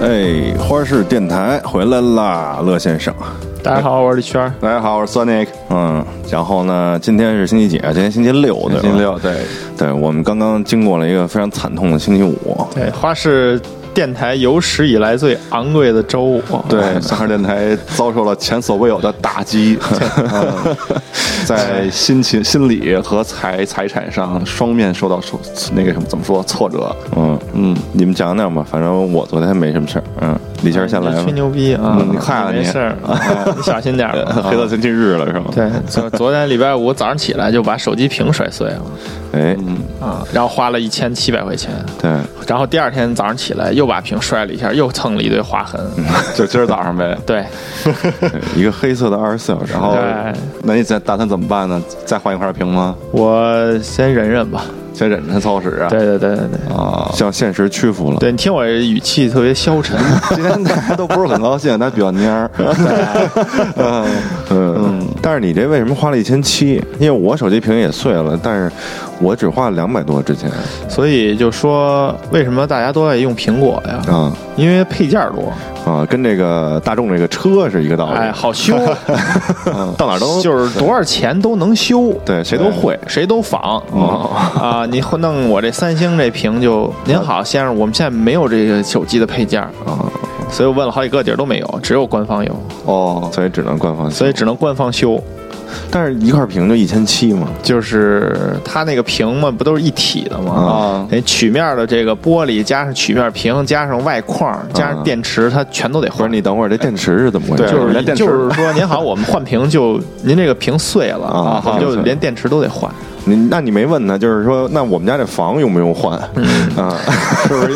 哎花式电台回来啦，乐先生。大家好，我是李圈儿。大家好，我是 Sonic。嗯，然后呢，今天是星期几啊？今天星期六，对吧星期，六，对，对我们刚刚经过了一个非常惨痛的星期五。对，哎花式电台有史以来最昂贵的周五。哎对，三号电台遭受了前所未有的打击，嗯在心情、心理和财财产上双面受到受那个什么怎么说挫折。嗯，嗯，你们讲讲吧，反正我昨天没什么事儿。嗯，李谦儿先来你吧吹。牛逼啊！嗯你看啊没你事 儿，哎你小心点 儿吧。黑色星期日了是 吗？对，昨昨天礼拜五早上起来就把手机屏摔碎了哎，嗯啊，然后花了一千七百块钱，对，然后第二天早上起来又把屏摔了一下，又蹭了一堆划痕。就今儿早上呗。对，一个黑色的二十四小时。然后对，那你再打算怎么办呢？再换一块屏吗？我先忍忍吧。哦先忍着凑合使啊。对对对对对，啊，向现实屈服了。对你听我语气特别消 沉。今天大家都不是很高兴，但比较蔫儿。 嗯，但是你这为什么花了一千七？因为我手机屏也碎了，但是我只花了两百多之前。所以就说为什么大家都爱用苹果呀？啊因为配件儿多，啊，跟这个大众这个车是一个道理。啊哎，好 修，到哪儿都就是多少钱都能修，对哦谁哎都会，谁都仿。啊，你会弄我这三星这屏就，您好先生，我们现在没有这个手机的配件儿，啊，所以我问了好几个地儿都没有，只有官方有，哦，所以只能官方修。所以只能官方修。但是一块屏就一千七嘛，就是它那个屏嘛，不都是一体的吗？哦啊，那曲面的这个玻璃，加上曲面屏，加上外框，加上电池，它全都得哦不换是。你等会儿这电池是怎么回事？对就是连电池就是说，您好，我们换屏就您这个屏碎了啊我们好就连电池都得换。你那你没问他，就是说那我们家这房用不用换嗯啊？是不是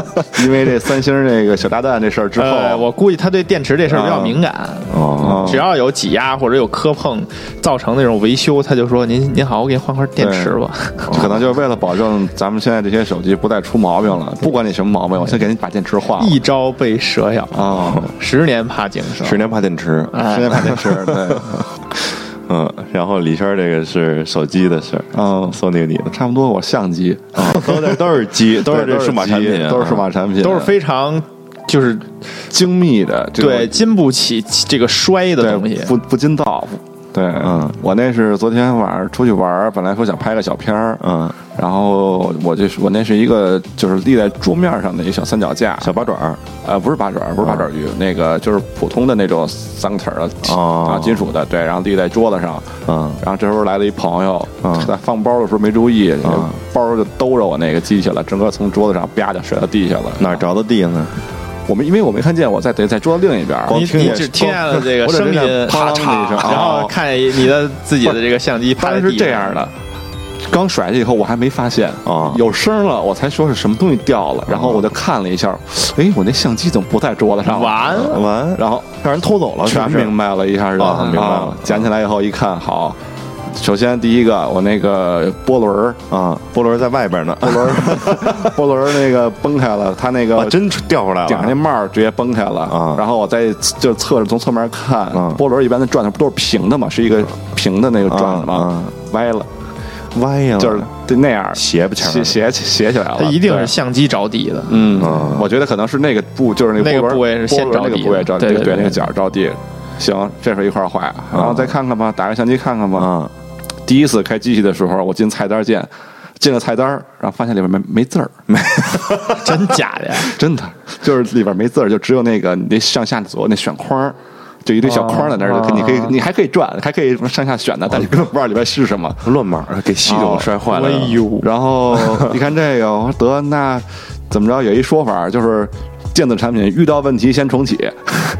因为这三星这个小炸弹这事儿之后，呃，我估计他对电池这事儿比较敏感，哦，只要有挤压或者有磕碰造成那种维修，他就说您您好，我给你换块电池吧。可能就是为了保证咱们现在这些手机不再出毛病了，不管你什么毛病，我先给你把电池换了 一朝被蛇咬，啊，十年怕井绳。啊十年怕电池。直啊接把电池对，嗯，然后李轩这个是手机的事儿，嗯，索尼你的差不多我相机啊，都在都是机，都是对这数码机产品，啊都是数码产品，都是非常就是精密的，这种对经不起这个摔的东西对，不不筋道。对，嗯，我那是昨天晚上出去玩儿，本来说想拍个小片儿，嗯，然后我就是我那是一个就是立在桌面上的一个小三脚架，小八爪儿，呃，不是八爪儿，不是八爪儿鱼，那个就是普通的那种三个腿儿的、嗯哦啊，金属的，对，然后立在桌子上，嗯然后这时候来了一朋友，嗯在放包的时候没注意，包就兜着我那个机器了，整个从桌子上啪就摔到地下了。哪儿着的地呢？我们因为我没看见，我在得在桌子另一边儿，你听你见只听见了这个我只声听见音，啪嚓嚓一声然后哦看你的自己的这个相机趴当在时地是上这样的。刚甩下去以后，我还没发现哦有声了，我才说是什么东西掉了，啊然后我就看了一下，哎，我那相机怎么不在桌子上了？完了。完，然后让人偷走了，全是不是明白了，一下就啊明白了啊。捡起来以后一看，好，首先第一个我那个波 轮儿，啊！波轮在外边呢，波轮儿，波轮儿那个崩开了，它那个啊， 真掉出来了，顶上那帽儿直接崩开了。啊然后我再就侧着从侧面看啊，波轮儿一般的转的不都是平的嘛，是一个平的那个转的啊嘛啊，歪了，歪呀，就是那样儿斜不前儿斜斜起斜起来了，它一定对是相机着地的。嗯，啊我觉得可能是那个部，就是那那个波部部位是先着那个地部位的着地，对对对那个角儿着地。行，这是一块儿坏，然后再看看吧，打开相机看看吧。啊，第一次开机器的时候，我进菜单键，进了菜单儿，然后发现里边没没字儿，真假的呀？真的就是里边没字儿，就只有那个你那上下左右那选框儿。就一堆小框儿在那啊儿，你可以，你还可以转，还可以上下选的，但你根本不知道里边是什么。乱码儿给系统摔坏了。啊哎呦，然后一看这个，我说得那怎么着？有一说法就是电子产品遇到问题先重启，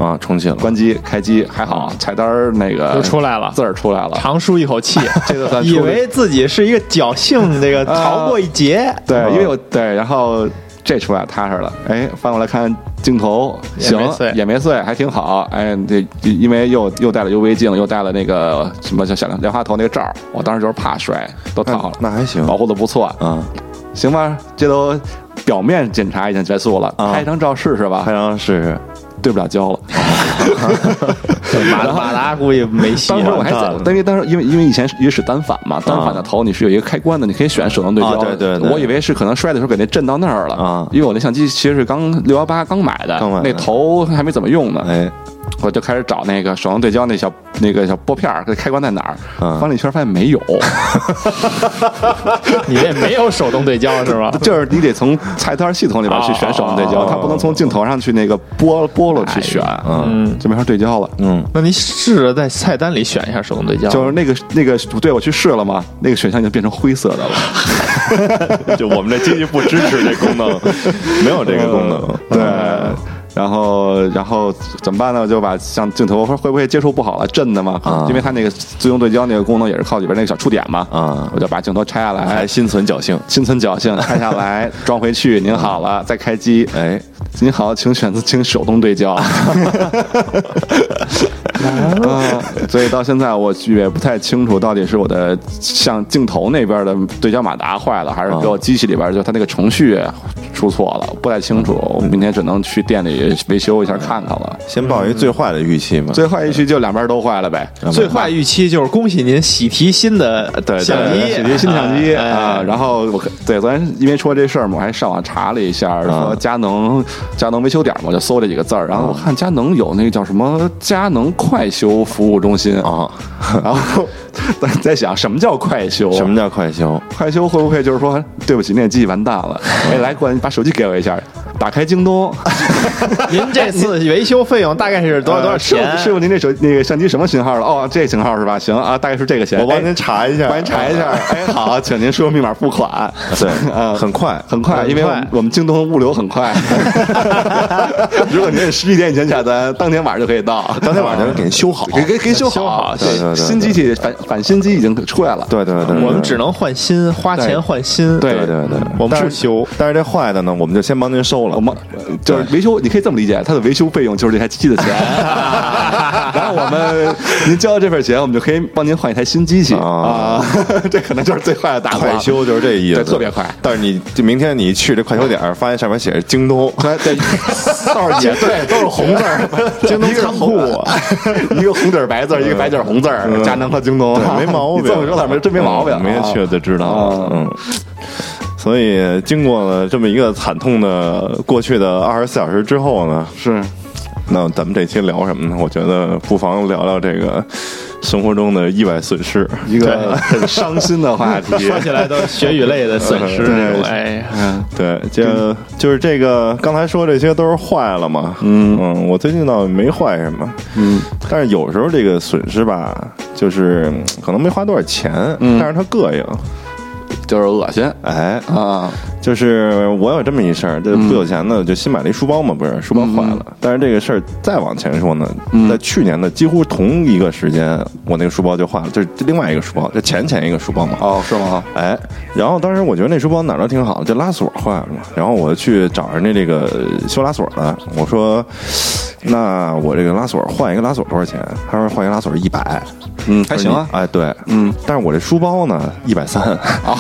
啊，重启了，关机开机还好，菜单儿那个又啊出来了字儿出来了。长舒一口 气，这就算出以为自己是一个侥幸，这个逃过一劫。对，因为我对，然后这出来踏实了。哎，翻过来看镜头，也行没碎，也没碎，还挺好。哎，这因为又又带了 UV 镜，又带了那个什么叫小莲莲花头那个罩儿，我当时就是怕摔，都那套了，那还行保护的不错，啊，行吧？这都表面检查已经结束了，啊拍一张照试试吧开。张试试。对不了焦了，马马达估计没 戏啊当时我了。还完蛋了，在因为当时因为因为以前是也使单反嘛，单反的头你是有一个开关的，你可以选手动对焦。啊对对对我以为是可能摔的时候给那震到那儿了啊因为我那相机其实是刚六幺八刚买的，刚买的那头还没怎么用呢，哎，我就开始找那个手动对焦那小那个小拨片儿，开关在哪儿？嗯翻了一圈发 现没有，你这没有手动对 焦是吧？就是你得从菜单系统里边去选手动对焦，哦哎它不能从镜头上去那个拨拨了去选，嗯，就没法对焦了。嗯，那你试着在菜单里选一下手动对焦，就是那个那个，对我去试了嘛，那个选项已经变成灰色的了。就我们这机器不支持这功 能，没有这个功能。对，然后然后怎么办呢？就把像镜头会不会接触不好了，震的嘛，啊因为它那个自动对焦那个功能也是靠里边那个小触点嘛，啊哎我就把镜头拆下来还，心存侥幸，心存侥幸，拆下 来装回去，您好了，再开机，哎，您好，请选择请手动对焦。啊，所以到现在我也不太清楚，到底是我的像镜头那边的对焦马达坏了，还是给我机器里边就它那个程序出错了，不太清楚。我明天只能去店里维修一下看看了。先抱一嗯最坏的预期嘛。最坏一期就两边都坏了呗，最坏预期就是恭喜您喜提新的呃对，相机，手机新相机哎啊。然后我对昨天因为说这事儿嘛，我还上网查了一下，说佳能佳能维修点嘛，我就搜这几个字儿。然后我看佳能有那个叫什么佳能快修服务中心啊， 哦然后在在想什么叫快修？啊什么叫快修？快修会不会就是说对不起，那机器完蛋了？哎，来过来，你把手机给我一下，打开京东，哎 您这次维修费用大概是多少多少钱？呃师傅师傅，您这手那个相机什么型号了？哦，这型号是吧？行啊，大概是这个钱。我帮哎您查一下，帮您查 一下。哎，好，请您输入密码付款。对 啊，，很快，很快，因为我们我们京东物流很 快。如果您是十一点以前下单，当天晚上就可以到，当天晚上就给您修好。给给给修好。对对对新机器返返新机已经出来了。对对对，对我们只能换新，花钱换新。对对对对，我们嗯但是不修。但是这坏的呢，我们就先帮您收了我。们就是维修，你可以这么理解，它的维修费用就是这台机 器的钱。然后我们您交了这份钱，我们就可以帮您换一台新机器啊啊。 这可能就是最坏的打快款。修就是这意思，对特别快。但是你就明天你去这快修点儿，发现上面写着京东，对 对，倒是也对，都是红字儿，京东仓库， 哎一个红底儿白字儿，一个白底儿红字儿，佳能和京东嗯对，没毛病。 你这么说倒没真没毛病啊，嗯明天去了就知道了啊。嗯。所以经过了这么一个惨痛的过去的二十四小时之后呢，是那咱们这期聊什么呢？我觉得不妨聊聊这个生活中的意外损失。一个 很伤心的话 题。说起来都是血与泪 的损失那种，哎，嗯对，就就是这个，刚才说这些都是坏了嘛。嗯嗯，我最近倒没坏什么。嗯，但是有时候这个损失吧，就是嗯可能没花多少钱，但是它膈应。就是恶心嗯哎，嗯啊，就是我有这么一事儿，这不久前呢，就新买了一书包嘛，不是书包坏了。但是这个事儿再往前说呢，在去年的几乎同一个时间，我那个书包就坏了，就是另外一个书包，这前前一个书包嘛。哦，是吗？哎，然后当时我觉得那书包哪儿都挺好的，就拉锁坏了嘛。然后我去找人家这个修拉锁的，我说：“那我这个拉锁换一个拉锁多少钱？”他说：“换一个拉锁一百。”嗯，还行啊。哎，对，嗯，但是我这书包呢，一百三，哦，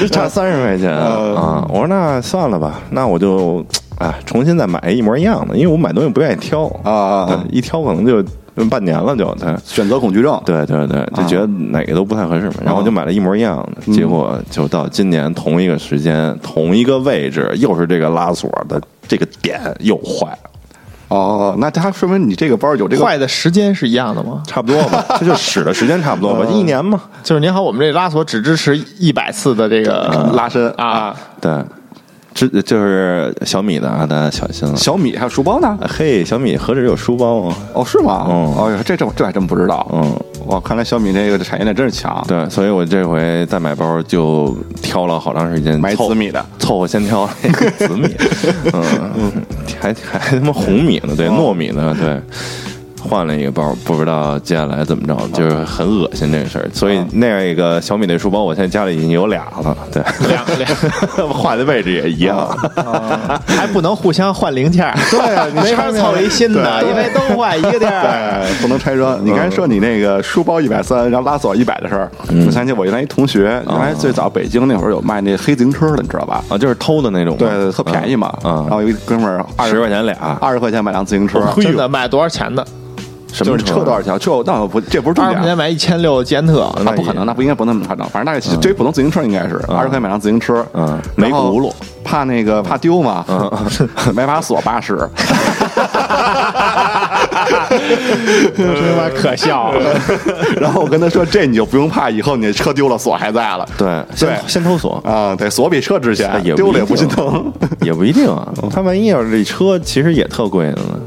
就 差三十块钱呃啊。我说那算了吧，那我就啊重新再买一模一样的，因为我买东西不愿意挑啊啊对啊一挑可能就就半年了就对。选择恐惧症，对对对，就啊觉得哪个都不太合适嘛，然后我就买了一模一样的，结果嗯就到今年同一个时间、同一个位置，又是这个拉锁的这个点又坏了，哦，那它说明你这个包有这个坏的时间是一样的吗？差不多吧，这就使的时间差不 多吧，嗯一年嘛，就是您好，我们这拉锁只支持一百次的这个拉伸啊。啊，对，这就是小米的啊，大家小心了。小米还有书包呢？嘿，小米何止有书包啊？哦，是吗？嗯哦呀，这这这还真不知道。嗯，哇，看来小米这个产业链真是强，对，所以我这回再买包就挑了好长时间，买凑紫米的。凑合先挑那个 哦紫米，嗯，还还他妈红米呢，对，糯米呢，对。换了一个包，不知道接下来怎么着，就是很恶心这个事儿。所以哦那个小米那书包，我现在家里已经有俩 了，对，两两 换的位置也一样。 哦还不能互相换零件 儿，对啊你没法上面凑一新的，对因为都换一个地儿。哎，不能拆穿。你刚才说你那个书包一百三，然后拉锁一百的事儿，我想起我原来一同学，原来最早北京那会儿有卖那黑自行车的，你知道吧？啊，就是偷的那种吗，对，对特便宜嘛。嗯然后有一哥们儿二十块钱俩，二十块钱买辆自行车，真的买多少钱的？什就么啊是车多少钱？这那不这不是重二十块点啊钱。买一千六捷安特，哎那不可能，那不应该不那么夸张，反正大概这普通自行车应该是二十块钱买辆自行车，嗯没然后嗯轱辘怕那个怕丢嘛， 买把锁八十，他妈可笑了。然后我跟他说这你就不用怕，以后你的车丢了锁还在了，对，对先先偷锁，啊，对，锁比车值哎钱，也丢了也一定不心疼。 也不一定啊。他万一要是这车其实也特贵的呢，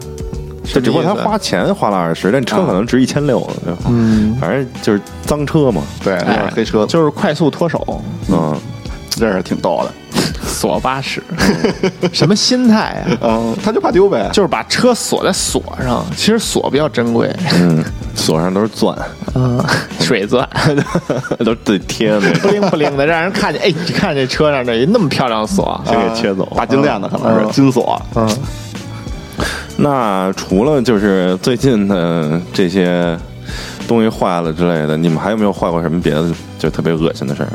就只不过他花钱花了二十，但车可能值一千六，对吧？嗯，反正就是脏车嘛，对，那哎会儿黑车哎就是快速脱手，嗯，这是挺逗的。锁八 十，什么心态啊？嗯，他就怕丢呗，就是把车锁在锁上，其实锁比较珍贵，嗯，锁上都是钻， 嗯，水 钻，都是自己贴的那不种，灵不灵的，让人看见，哎，你看这车上这有一那么漂亮的锁，啊先给切走。嗯大金链子可能是金锁。嗯，那除了就是最近的这些东西坏了之类的，你们还有没有坏过什么别的就特别恶心的事儿？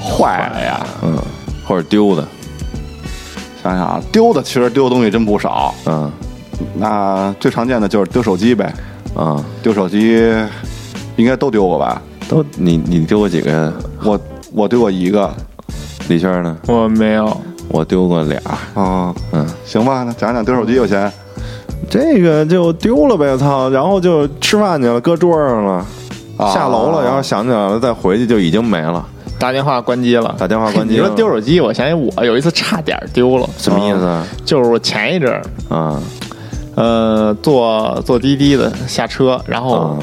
坏了呀！嗯，或者丢的？想想啊，丢的其实丢的东西真不少。嗯那最常见的就是丢手机呗，啊，丢手机应该都丢过吧？都你你丢过几个？我我丢过一个李轩呢？我没有，我丢过俩。啊，嗯，行吧，那讲讲丢手机有钱，这个就丢了呗，我操！然后就吃饭去了，搁桌上了，啊下楼了，然后想起来了，再回去就已经没了。打电话关机了，打电话啊关机 你了说丢手机，我想起我有一次差点丢了，什么意思啊？就是我前一阵儿，啊呃，坐坐滴滴的下车，然后啊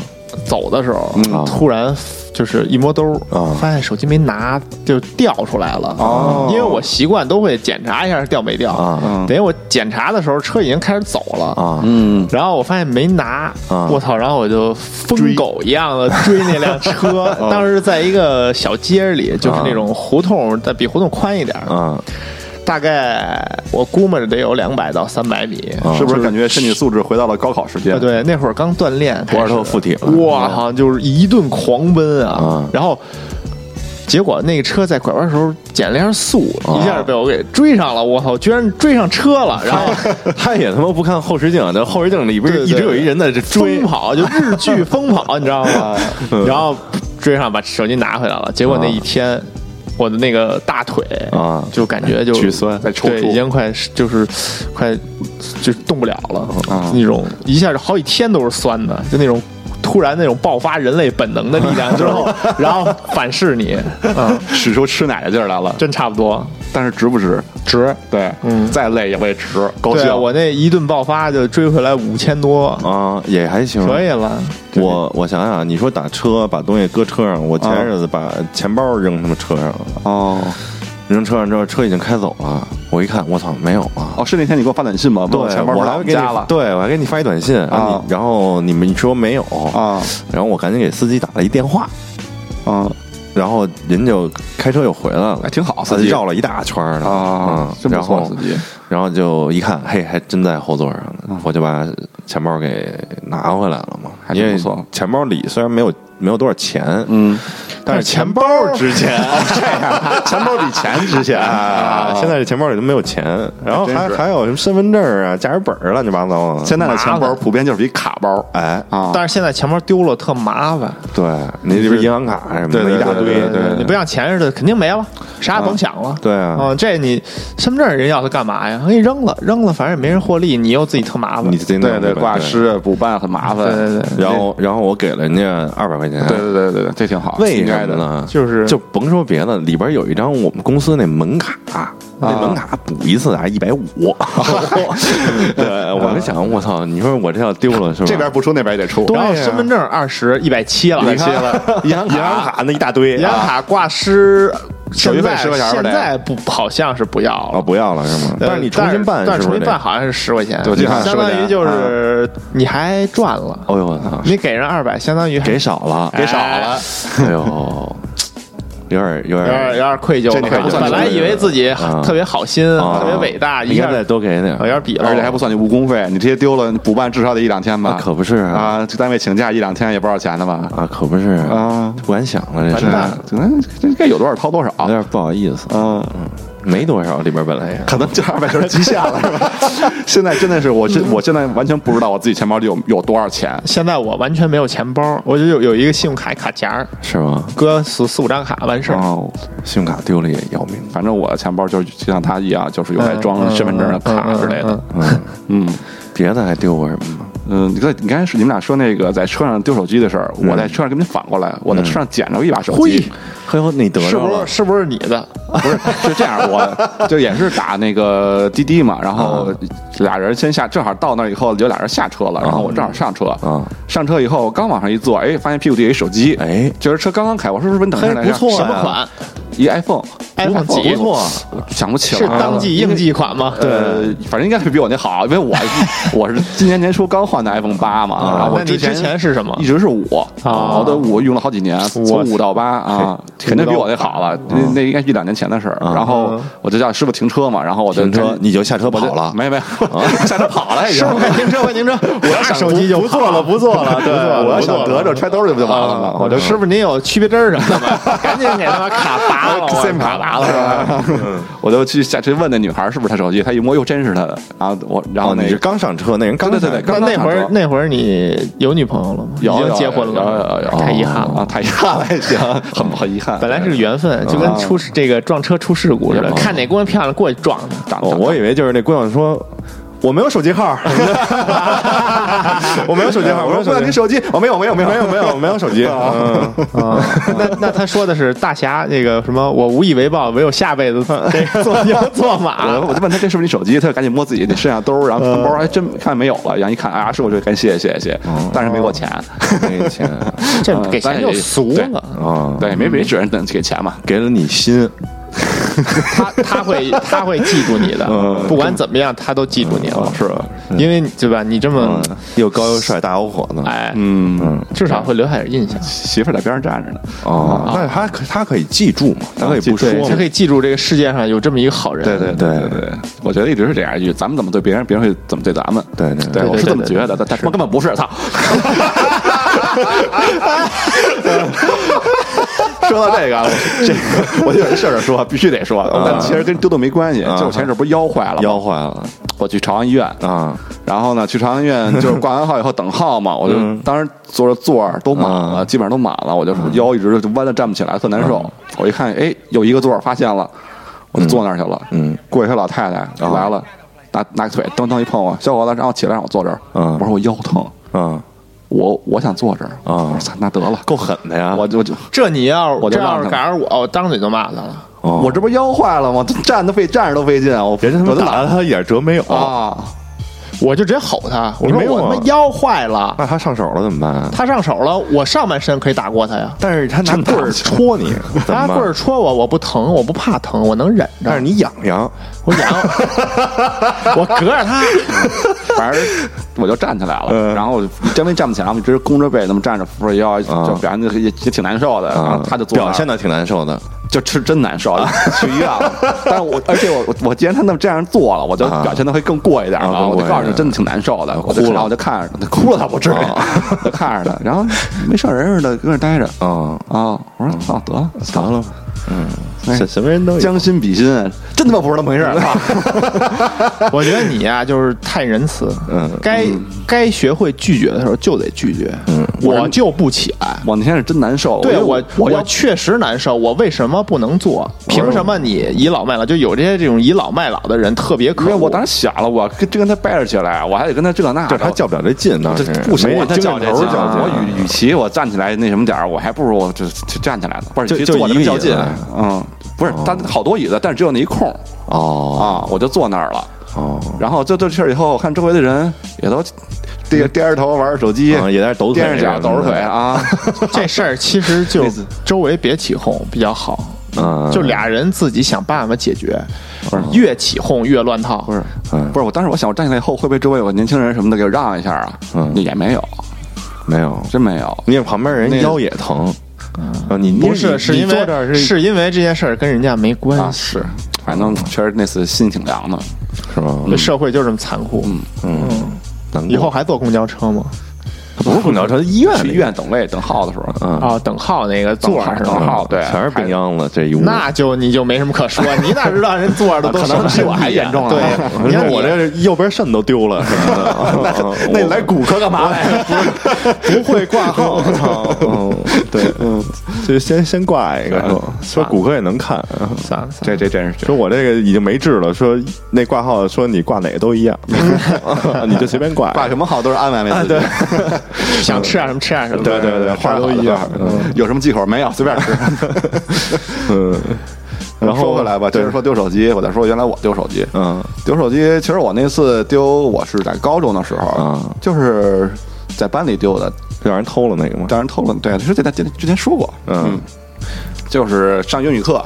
走的时候，啊突然就是一摸兜，啊发现手机没拿，就掉出来了。哦因为我习惯都会检查一下掉没掉，啊等于我检查的时候车已经开始走了。啊！嗯，然后我发现没拿，啊我操！然后我就疯狗一样 的追那辆车。啊当时在一个小街儿里，就是那种胡同，但比胡同宽一点儿，啊，大概我估摸着得有两百到三百米。哦是不是感觉身体素质回到了高考时啊，间？对，那会儿刚锻炼，博尔特附体了哇，好像就是一顿狂奔啊啊，然后。结果那个车在拐弯的时候减了一下速，哦一下就被我给追上了。我操，居然追上车了！然后他也他妈不看后视镜，这后视镜里不是 对对一直有一人在这追疯跑，就日剧疯跑，你知道吗？然后追上，把手机拿回来了。结果那一天，我的那个大腿啊就感觉就巨酸在抽搐对，已经快就是快就动不了了，那种一下就好几天都是酸的，就那种。突然那种爆发人类本能的力量之后，然后反噬你，嗯，使出吃奶的劲儿来了，真差不多。但是值不值？值，对，嗯，啊再累也会值，高对啊兴。我那一顿爆发就追回来五千多，啊，也还行。可以了。我我想想，你说打车把东西搁车上，我前日子把钱包扔他妈车上了，哦扔车上之后车已经开走了，我一看，我操，没有了。哦，是那天你给我发短信吗？问对，我哦钱包我拿还我给你家了。对我还给你发一短信啊你然后你们说没有啊，然后我赶紧给司机打了一电话，啊，然后人就开车又回来了哎，，挺好，他司机绕了一大圈儿呢啊嗯，真不然错后司机嗯然后就一看，嘿，还真在后座上呢，我就把钱包给拿回来了嘛，还因真不为错钱包里虽然没有没有多少钱，嗯，但是钱包值钱。钱包比钱值 钱啊！现在这钱包里都没有钱，然后还还真是还有什么身份证啊、驾驶本儿乱七八糟的。现在的钱麻包烦普遍就是一卡包哎，啊，但是现在钱包丢了特麻烦，对你这边银行卡什么对的对一大堆，对对对你不像前日子肯定没了，啥也甭想了。嗯对啊嗯，这你身份证人要它干嘛呀？给你扔了，扔了，反正也没人获利，你又自己特麻烦你。自己弄对对，吧挂。失补办很麻烦。对对对然后然后我给了人家二百块钱，对对对对对，这挺好，为应什该么的。呢？就是就甭说别的，里边有一张我们公司那门卡，那门卡补一次啊一百 五。对，我就想，我操，你说我这要丢了是吧？这边不出，那边也得出。然后身份证二十一百七了， 你看了，啊银行卡那一大堆，银行卡挂失手续费现10块在现钱吧得在不好像是不要了呃啊，不要了是吗？但是你重新办，但是是不重是新得办？好像是十块钱，对我记得好像相当10块于钱就是你还赚了，哎呦我操，你给人二百，相当于还给少了，给少了，哎呦，有点有哎有点有点，点愧疚这你还了。不算本来以为自己啊特别好心，啊特别伟大，一应下该再多给点哎有，点比了，而且还不算你误工费，你这些丢了你补办至少得一两天吧？啊可不是啊啊，这单位请假一两天也不少钱的吧？啊，可不是啊，不敢想了，这是事儿吧，可能这应该有多少掏多少啊有。点不好意思，嗯，没多少里边本来也可能这二百就是极限了，是吧？现在真的是，我现嗯我现在完全不知道我自己钱包里有有多少钱。现在我完全没有钱包，我就有有一个信用卡卡夹儿，是吗？搁四四五张卡完事儿。哦，信用卡丢了也要命，反正我的钱包就是就像他一样，就是用来嗯装身份证的卡之类的。嗯别的还丢过什么吗？嗯，你看，你刚才是你们俩说那个在车上丢手机的事儿，我在车上跟你反过来，我在车上捡着一把手机。嘿呦，你得是着不了是是不是你的？不是， 是这样，我就也是打那个滴滴嘛，然啊后俩人先下，正好到那儿以后，有俩人下车了，然后我正好上车，啊？上车以后刚往上一坐，哎，发现屁股底有一手机，哎，就是车刚刚开，我说是不是等下来着？什么款一 iPhone， ？iPhone 不几？啊错啊我想不起是来了，当季应季款吗？呃，反正应该是比我那好，因为我我是今年年初刚换的 iPhone 八啊嘛，然后那我你之前是什么一？直是五啊我的五用了好几年，从五到八啊，肯定比我那好啊了，那那应该是一两年前的事儿。然后我就叫师傅停车嘛，然后我就停车赶紧你就下车我就跑了，没没，啊 下车跑了已经师。傅，快停车，快停车！我要拿想手机就不错了，不错了，对，我要不想做了得着揣兜里不就完啊了吗？我就师傅，您有区别针儿什么的吗？赶紧给他把卡拔了，先卡拔了是吧？我就去下去问那女孩是不是她手机，她一摸又真是她的，然后我然后哦，那你个是刚上车，那人刚对对对上对车那刚那上会车儿那会儿你有女朋友了吗？已有有经有结婚有了有，有有太遗憾了。啊，太遗憾了，行，很很遗憾。啊本来是个缘分，就跟出事这个撞车出事故似的，看哪姑娘漂亮过去撞她。长哦我我以为就是那姑娘说。我没有手机号， 我没有手机号，我没有我手机不要号你手机，我没有没有没 有没有没有没有手 机，嗯啊，那那他说的是大侠那个什么，我无以为报，唯有下辈子这个 做牛做马我。我就问他这是不是你手机，他就赶紧摸自己那身上兜，嗯然后翻包，还真看没有了，然后一看，哎呀，是我就赶紧谢谢谢谢，哦但是没给我钱，没钱这嗯给钱但就也俗对了。啊，对，没没指人等给钱嘛，给了你心，他他会他会记住你的，不管怎么样，他都记住你了，是吧？因为对吧？你这么又高又帅大小伙子，哎，嗯，至少会留下点印象。媳妇儿在边上站着呢，哦，那他可他可以记住嘛，他可以不说对嘛他可以记住这个世界上有这么一个好人。对对对对，我觉得一直是这样，就咱们怎么对别人，别人会怎么对咱们，对对对，对我是这么觉得，但但他妈根本不 是，操！说到这个啊，我这个我就有一事儿说，必须得说，但其实跟丢丢没关系，就我前一阵儿不是腰坏了吗，嗯腰坏了我去朝阳医院，啊，然后呢，去朝阳医院就是挂完号以后等 号嘛，我就嗯当时坐着座儿都满了，基本上都满了，我就腰一直就弯的站不起来，特难嗯受。我一看，哎，有一个座儿发现了，我就坐那儿去了。嗯，过一个老太太来了，拿拿个腿噔噔一碰我，小伙子，让我起来让我坐这儿。嗯我说我腰疼，嗯，我我想坐这儿。嗯啊我说操那得了，够狠的呀，我就我就这你要我就这要骂是他赶上我，我当嘴就骂他了。哦我这不腰坏了吗？站都费站着都费劲，啊我人家他我妈就打哦懒了他一点辙没有，啊。我就直接吼他，我你说没有啊我他妈腰坏了，那他上手了怎么办？他上手了，我上半身可以打过他呀。但是他拿棍儿戳你，怎么拿棍办？儿戳我，我不疼，我不怕疼，我能忍但是着。你痒痒，我痒， 我隔着他，反正我就站起来了，嗯然后因为站不起来，我们直接弓着背那么站着扶着腰，就表现的也也挺难受的。然后啊，他就坐那嗯儿表现的挺难受的，就吃真难受， 去医院了。但是我而且我我既然他那么这样做了，我就啊表现的会更过一点啊了。更我过一就点嗯告诉你，真的挺难受的。我就哭了嗯然后我就看着他，哭了倒不至于， 我就看着他，然后没事儿人似的跟那儿待着。啊，啊，我说操，得了，得了，嗯，什什么人都有，将心比心，真他妈不是那么回事嗯儿。啊我觉得你呀、就是太仁慈，嗯该该学会拒绝的时候就得拒绝，嗯，我就不起来。我那天是真难受，对我我就，我我要确实难受。我为什么不能做？凭什么你倚老卖老？就有这些这种倚老卖老的人特别可因为恶。我当时想了，我跟真跟他掰扯起来，我还得跟他这那对的，他较不了这劲，当这时不行，没我那精较神这头劲儿儿较劲，我与与其我站起来那什么点儿，我还不如我就就站起来呢，不是就与其就坐一着个较椅子劲，嗯，不是，他好多椅子，但是只有那一空儿哦啊，我就坐那儿了。哦，然后就这事儿以后，我看周围的人也都颠颠着头玩儿手机，啊也在那抖腿踮着脚抖着腿啊， 这事儿其实就周围别起哄比较好。你啊嗯就俩人自己想办法解决，越起哄越乱套。不是，嗯不是，我当时我想，我站起来以后会不会周围有个年轻人什么的给我让一下啊？嗯也没有，没有，真没有。你旁边人腰也疼，啊，你不是，是因为这儿是是因为这件事儿跟人家没啊，关系，是，反正确实那次心挺凉的。是吗？嗯这社会就这么残酷。嗯，难过以后还坐公交车吗？不是公交车，医院去里医院等位等号的时候，啊，等号那个座儿是嗯等吧？号对嗯全是病秧子这一屋。那就你就没什么可 说，你哪知道人座儿的都啊可能比我哎还严重了啊 对，你看那我这右边肾都丢 了，那那你来骨科干嘛来？不会挂号， 我操！嗯，对，嗯，啊就先先挂一个，说骨科也能看，算了算这了，这真是说我这个已经没治了，说那挂号说你挂哪个都一 样，你就随便挂，挂什么号都是安慰安慰自己。嗯想吃点什么吃点什么。啊对对对，话话都都一一样样，，嗯 有什么忌口没有？随便吃。嗯， 然后说回来吧，接对着说丢手机，我再说原来我丢手 机。嗯，丢手机，其实我那次丢，我是在高中的时候嗯，就是在班里丢的，让人偷了那个吗？让人偷了。对，其实这咱之前之前说过，嗯，就是上英语课。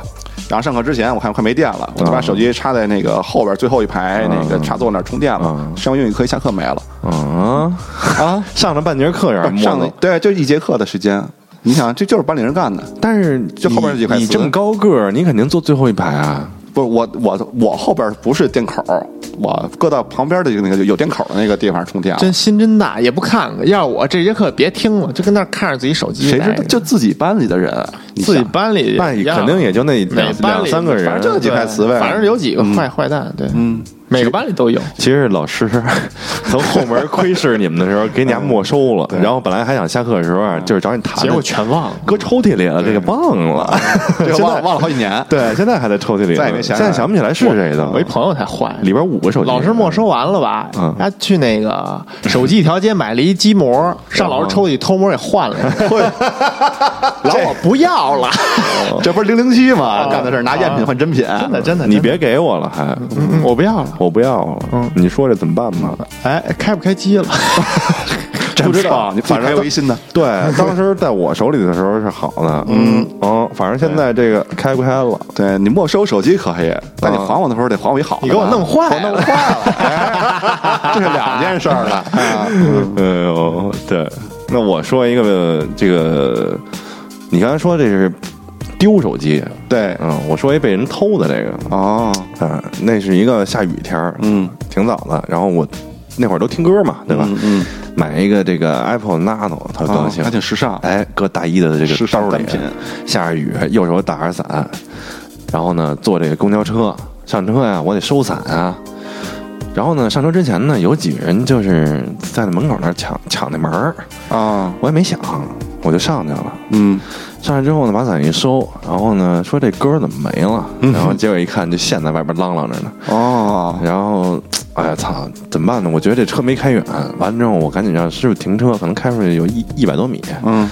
然后上课之前，我看快没电了，我啊就把手机插在那个后边最后一排那个插座那儿充电了。嗯上完英语课一下课没了啊，啊，上了半节课让人摸上了了，对，就一节课的时间。你想，这就是班里人干的。但是就后边你几块你瓷这么高个儿，你肯定坐最后一排啊。不是我我我后边不是电口，我搁到旁边的那个有电口的那个地方充电了。真心真大，也不看看。要我这节课别听了，就跟那儿看着自己手机谁待知着。道？就自己班里的人，你自己想班里那一样肯定也就那两每班两里三个人，反正就几块瓷呗反正有几个坏坏蛋，对，嗯，每个班里都有。其实老师 从后门窥视你们的时候，给你家没收了，然后本来还想下课的时候啊，就是找你谈，结果全忘了，搁抽屉里了，这个忘了。这个 现忘在了忘了好几 年。对，现在还在抽屉里呢，再也没想起来现在想不起来是谁的我一。朋友才坏，里边五个手机，老师没收完了吧？他去那个手机一条街买了一机模，上老师抽屉里偷摸给换了， 然后我不要了，这不是零零七吗？干的事儿拿赝品换真品，啊 真真的真的，你别给我了，还嗯，我不要了，我不要了。你说这怎么办吧？哎，开不开机了？ 不知道，你反正还有一新的，对，当时在我手里的时候是好的，嗯嗯，反正现在这个开不开了，对你没收手机可以，但啊你还我的时候得还我一好的，你给我弄坏了我 弄坏了，哎这是两件事儿了。啊哎呦，对，那我说一个这个，你刚才说这是丢手机， 对，嗯，我说一被人偷的这个， 哦，嗯，那是一个下雨天儿，嗯，挺早的，然后我那会儿都听歌嘛，对吧？嗯，买一个这个 Apple Nano，它高兴，还哦挺时尚哎，搁大衣的这时个尚兜里单品，下着雨，右手打着伞，然后呢坐这个公交车上车呀、我得收伞啊。然后呢，上车之前呢，有几个人就是在那门口那儿抢抢那门儿，啊，我也没想，我就上去了。嗯，上来之后呢，把伞一收，然后呢说这歌怎么没了？嗯然后结果一看，就线在外边啷啷着呢。哦，然后，哎呀操，怎么办呢？我觉得这车没开远，完了之后我赶紧让师傅停车，可能开出去有一一百多米，嗯，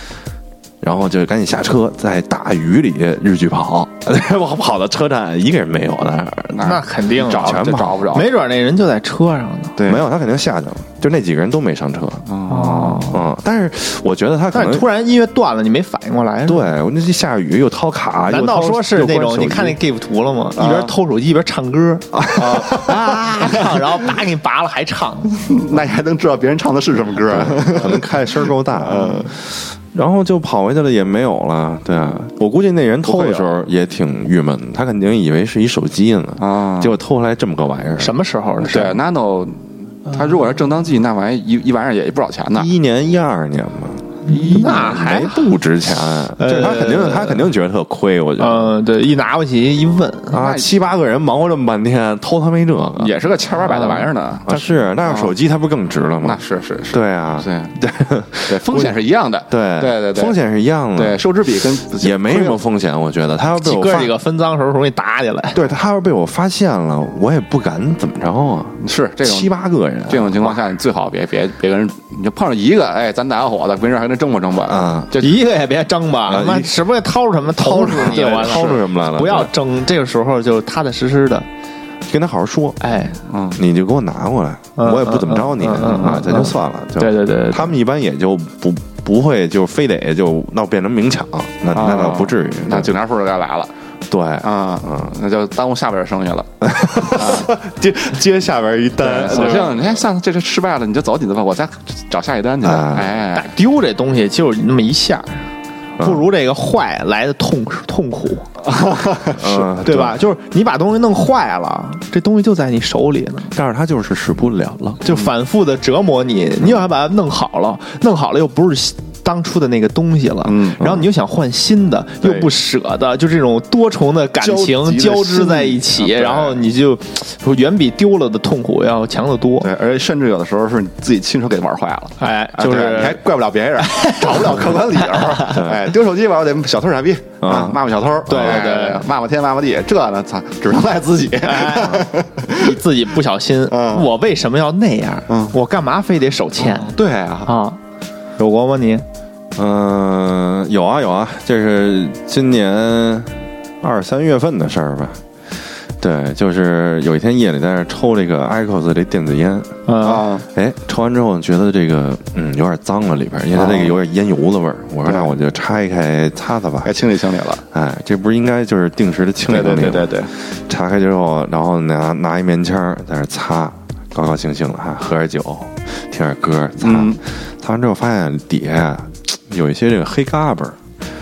然后就赶紧下车，在大雨里日剧跑， 我跑到车站一个人没有那儿，那肯定找全这跑找不着，没准那人就在车上呢。对没有他肯定下去了，就那几个人都没上车，哦，嗯，但是我觉得他可但能是突然音乐断了，你没反应过来，对，我那下雨又掏卡，难又道掏说是又那关种手你机看那 GIF 图了吗？一边偷手机一边唱歌 啊唱，然后拔给你拔了还唱，那你还能知道别人唱的是什么歌啊？可能开声儿够大，呃嗯然后就跑回去了，也没有了。对啊，我估计那人偷的时候也挺郁闷的，他肯定以为是一手机呢， 啊结果偷回来这么个玩意儿。什么时候的事对儿？ ，Nano，它如果是正当季，那玩意儿一一晚上也不少钱呢。一年一二年嘛，那还没不值钱，就是他肯定他肯定觉得特亏，我觉得。嗯，对，一拿过去一问，啊，七八个人忙活这么半天，偷他没这个也是个千八百的玩意儿呢。啊是，那要手机他不更值了吗那？是是是，对啊，对对对，风险是一样的。对对对对，风险是一样的，对，收支比跟也没什么风险，我觉得他要被 几我哥发几个分赃时候容易打起 来。对他要是被我发现了，我也不敢怎么着啊。是这种七八个人，这种情况下，你最好别别别跟人，你就碰上一个，哎，咱俩伙子，没事还能争吧争吧。啊就一个也别争吧，他妈一什么掏出什么呃掏出你对完了，掏出什么来了不要对争，这个时候就踏踏实实的，跟他好好说，哎，你就给我拿过来，嗯我也不怎么着你嗯嗯嗯啊，嗯这就算了。就对对对对对 他们一般也就不不会就非得就闹变成明抢，那那倒不至于。啊那对警察叔叔该来了，对，啊，嗯，那就耽误下边的生意了。接接下边一单，索性你看，上次这次失败了，你就走你的吧，我再找下一单去。啊哎，丢这嗯东西就那么一下，不如这个坏来的痛痛苦，嗯啊对？吧？就是你把东西弄坏了，这东西就在你手里呢，但是他就是使不了了。就反复的折磨你，嗯你又要把它弄好了，弄好了又不是。当初的那个东西了，嗯然后你又想换新的，又对不舍得，就这种多重的感交集情的交心织理在一起，啊对然后你就呃远比丢了的痛苦要强得多。对，而且甚至有的时候是你自己亲手给玩坏了。哎，嗯啊就对是你还怪不 了别人，找不了客观理由。哎，丢手机吧，我得小偷傻逼嗯啊，骂骂小偷，对哎对对骂骂天骂骂地，这呢，操，只能赖自己。哎你自己不小心， 嗯我为什么要那样？嗯我干嘛非得手欠、 对啊，啊？有过吗你？嗯、有啊有啊，这是今年二三月份的事儿吧？对，就是有一天夜里在那儿抽这个 IQOS 这电子烟，嗯，啊，哎，抽完之后觉得这个嗯有点脏了里边儿，因为它这个有点烟油子味儿。我说对那我就拆开擦擦吧该。清理清理了。哎，这不是应该就是定时的清理对清对理对吗对对，查开之后，然后拿拿一棉签儿在那儿擦，高高兴兴的还喝点酒，听点歌擦。嗯擦完之后发现底下嘖有一些这个黑嘎巴儿，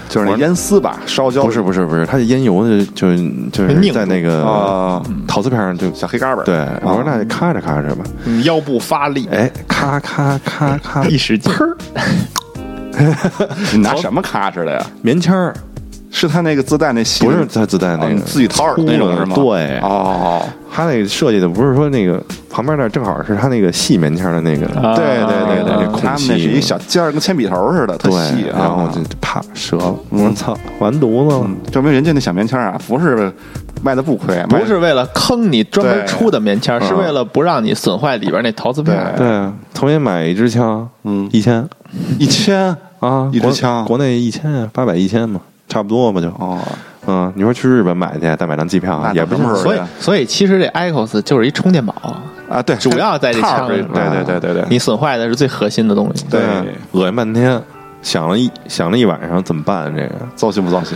就是那烟丝吧，烧焦不是不是不是，它的烟油的就就拧是住在那个、啊陶瓷片上就小黑嘎巴儿。对，我说啊那就咔着咔着吧，你腰部发力，哎，咔咔咔咔，一使劲，你拿什么咔哧的呀？棉签儿是他那个自带那芯不是它自带那哦个你，自己掏耳朵那种是吗？对哦，它那个设计的不是说那个旁边那儿正好是它那个细棉签儿的那个，啊对对对那对，个空他们那气是一小尖儿，跟铅笔头似的，特对细，啊。嗯然后我就啪折了，我说操，完犊子了。证明人家那小棉签儿啊，不是卖的不亏，卖不得是为了坑你专门哎对出的棉签儿，是为了不让你损坏里边那陶瓷片儿。对啊，重新买一支枪，嗯一千一千啊，一支国枪国内一千啊，八百一千嘛，差不多吧就。哦，嗯，你说去日本买去，再买张机票啊那也不倒是是所以对，所以其实这 IQOS 就是一充电宝，啊，对，主要在这套枪儿上。对对对对对，你损坏的是最核心的东西。对啊恶心半天，想了一想了一晚上，怎么办？这个糟心不糟心？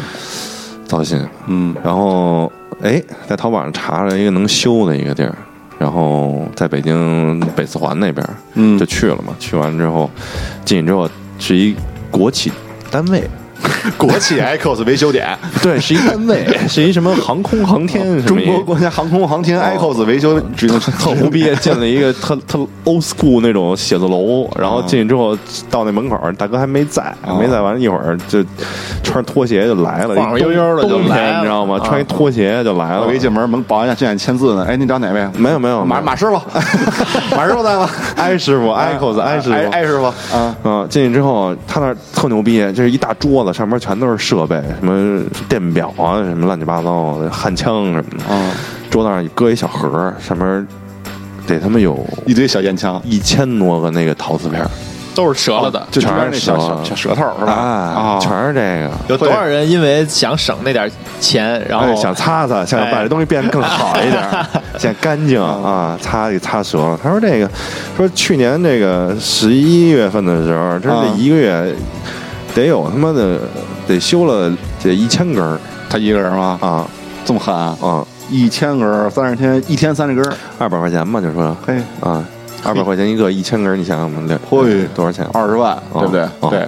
糟心。嗯，然后哎，在淘宝上查了一个能修的一个地儿，然后在北京北四环那边，嗯就去了嘛。去完之后，进去之后是一国企单位， 国企 ICOS 维修点， 对，是一单位，是一什么航空航天什么 哦中一国国家航空航天 ICOS 维修指定 特胡逼建了一个 特特 old school 那种写字楼，然后进去之后到那门口，大哥还没在，哦没在完一会儿就穿着拖鞋就来了，晃晃悠悠的就冬天来了你知道吗？穿一拖鞋就来了我，一进门，门保安正想签字呢，哎，你找哪位？嗯没有没有马没有马 师傅，马师傅 在吗？挨师傅挨口子挨师哎傅。哎师傅啊，啊，进去之后，他那儿特牛逼，就是一大桌子，上面全都是设备，什么电表啊，什么乱七八糟的，焊枪什么的。哦桌子上搁一小盒儿，上面得他妈有一堆小烟枪，一千多个那个陶瓷片儿，都是折了的。就全里边那是哦蛇小小小舌头是吧？啊，哦全是这个。有多少人因为想省那点钱，然后哎，想擦擦，想把哎哦这东西变得更好一点儿， 想干净啊，擦给擦折了。他说这个，说去年这个十一月份的时候，真是这啊一个月得有他妈的得修了得一千根儿他一个人吗？啊这么狠啊！啊，一千根儿，三十天，一天三十根儿，二百块钱吧，就说嘿，啊，二百块钱一个，一千根儿，你想想吧，这嘿多少钱？二十万，哦对不对？哦对，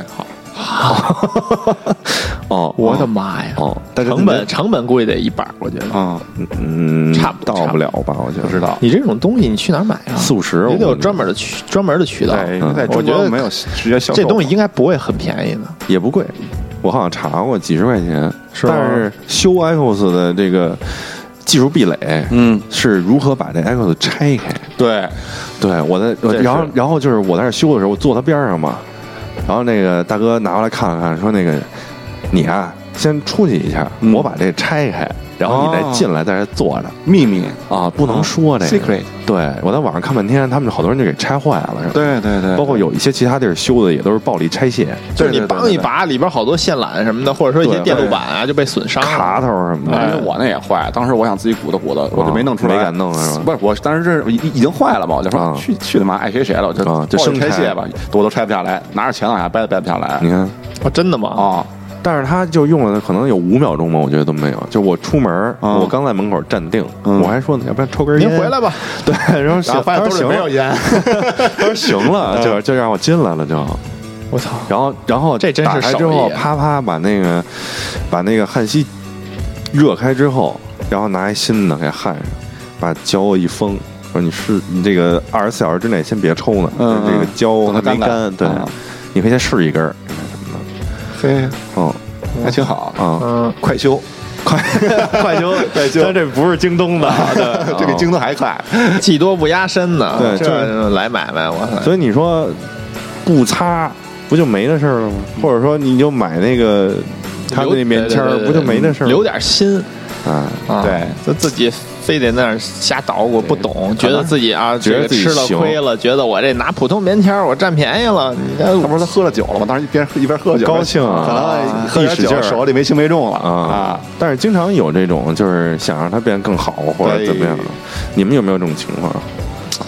哦，我的妈呀！哦，但是成本成本估计得一半儿，我觉得。哦啊，嗯，差不多到不了吧？我觉得不知道。你这种东西你去哪儿买啊？四五十，你得我有觉专门的渠专门的渠道。对，嗯在中我觉国得没有直接销售这东西应该不会很便宜的。也不贵，我好像查过几十块钱，是吗但是修 iOS 的这个技术壁垒，嗯，是如何把这 iOS 拆开？对，对我在，这是然后然后就是我在那修的时候，我坐他边上嘛，然后那个大哥拿过来看了看，说那个你啊，先出去一下，嗯我把这拆开，然后你再哦进来，在这坐着。秘密，啊，不能说这个。 secret 对我在网上看半天，他们好多人就给拆坏了，是吧？对对对，包括有一些其他地儿修的也都是暴力拆卸，就是你对对对帮一拔，里边好多线缆什么的，或者说一些对电路板啊就被损伤卡头了。什么的。因为我那也坏，当时我想自己鼓捣鼓捣，我就没弄出来，哎没敢弄是吧不是，我当时这已已经坏了嘛，我就啊说去去他妈爱谁谁了，我就啊就抱着生拆拆哎卸吧，我都拆不下来，拿着钱往下掰都掰不下来你看，哦，真的吗？啊。但是他就用了可能有五秒钟吧，我觉得都没有。就我出门，我刚在门口站定，我还说呢，要不然抽根您烟？回 来吧，对，然后行，然后发现他兜说里行没有了，烟，他说行了， 就就让我进来了就。我操，然后然后这真是打开手艺之后，啊啪啪把那个把那个焊锡热开之后，然后拿一新的给焊上，把胶一封，说你是你这个二十四小时之内先别抽呢，嗯这个胶还等它没干干，对啊，你可以先试一根儿什么的，嘿，嗯还挺好。 啊，嗯，快修，快修快修，但这不是京东的，对， 这比京东还快。技多不压身呢，对这来买卖，我操，所以你说不擦不就没那事儿了吗？或者说你就买那个他留那棉签儿对对对不就没那事儿？留点心啊，啊，对，就自己非得那儿瞎捣鼓，不懂，觉得自己啊，觉得这个自己吃了行亏了，觉得我这拿普通棉签儿我占便宜了，你这他不是他喝了酒了吗？当时一边一边喝酒，高兴啊可能喝点一使劲酒儿手里没轻没重了啊啊。，但是经常有这种，就是想让它变得更好或者对怎么样的。你们有没有这种情况？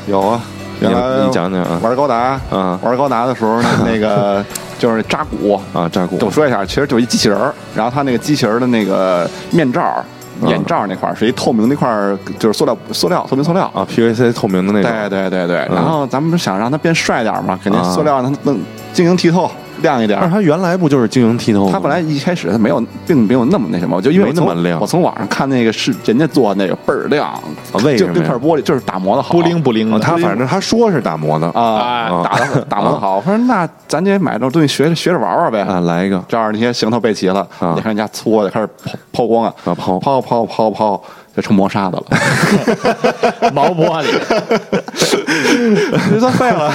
有啊，你原来你讲讲啊玩高达啊玩高达的时候呢， 那个就是扎鼓啊，扎古我说一下，其实就是一机器人儿，然后它那个机器人儿的那个面罩儿、啊眼罩儿那块儿是一透明那块儿，就是塑料塑料透明塑料。啊，PVC 透明的那对种，对对对，嗯然后咱们想让它变帅点儿嘛，肯定啊塑料让它能晶莹剔透、亮一点但是儿。它原来不就是晶莹剔透吗？它本来一开始它没有，并没有那么那什么，我就因为哦没我那么从亮我从网上看那个是人家做那个倍儿亮，为什就么呀跟块玻璃就是打磨的好，不灵不灵啊的，它反正它说是打磨的啊，打的打磨的好。我说那咱这买这东西学着学着玩玩呗啊，来一个这样那些行头备齐了，啊你看人家搓的开始抛抛光啊，啊抛抛抛抛抛，就成磨砂的 了，毛玻璃，就算废 了。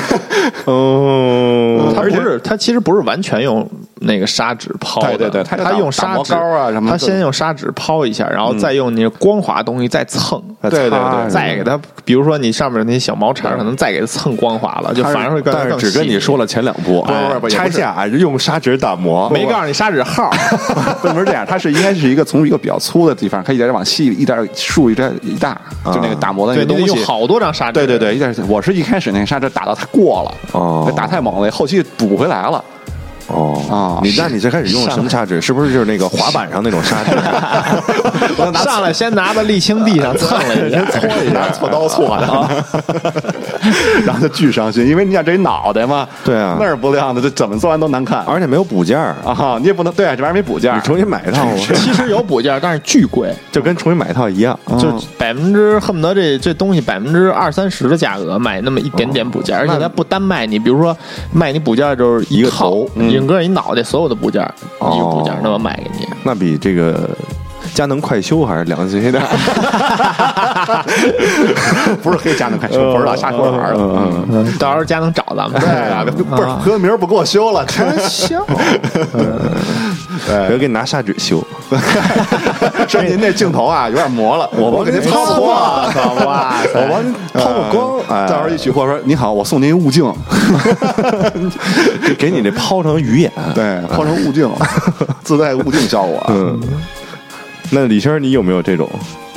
哦，它不是，它其实不是完全用那个砂纸抛的，对对对它它就打用砂纸打磨膏啊什么的它先用砂纸抛一下，然后再用那光滑东西再蹭，再擦对对对再给它，比如说你上面那小毛茬儿，可能再给它蹭光滑了，就反而会更但是只跟你说了，了前两步，哎不是不是也拆不是下用砂纸打磨，没告诉你砂纸号， 不是这样，它是应该是一个从一个比较粗的地方，它一点点往细，一点竖，一点一大，就那个打磨的对，那个你得东用西。好多张砂纸，对 对对，一点我是一开始那个砂纸打到它过了，哦打太猛了，后期补不回来了。 哦啊你那你最开始用的什么砂纸？是不是就是那个滑板上那种砂纸？ 上来先拿到沥青地上蹭了一下，啊搓 一下，锉刀锉的，然后就巨伤心，因为你想这一脑袋嘛，对啊那儿不亮的，这怎么做完都难看而且没有补件儿，啊！你也不能对这玩意儿没补件你儿，重新买一套吧，其实有补件，但是巨贵。就跟重新买一套一样，嗯就百分之恨不得这这东西百分之二三十的价格买那么一点点补件，而且它不单卖你，比如说卖你补件就是一个套头嗯整个一脑袋所有的部件，一个哦补件那么卖给你。那比这个佳能快修还是良心一点。不是黑 家能看球，不知道瞎说玩儿的。嗯，到时候家能找咱们，对 啊，不是何明儿不给我修了，开玩笑。我 要给你拿砂纸修，说您这镜头啊有点磨了，我我帮您擦给您搓，擦好 吧？我帮您抛个光，哎，到时候一取货说：“你好，我送您一雾镜。给给你这抛成鱼 眼。”对，抛成 雾镜，自带雾镜效果。哎嗯，那李轩，你有没有这种，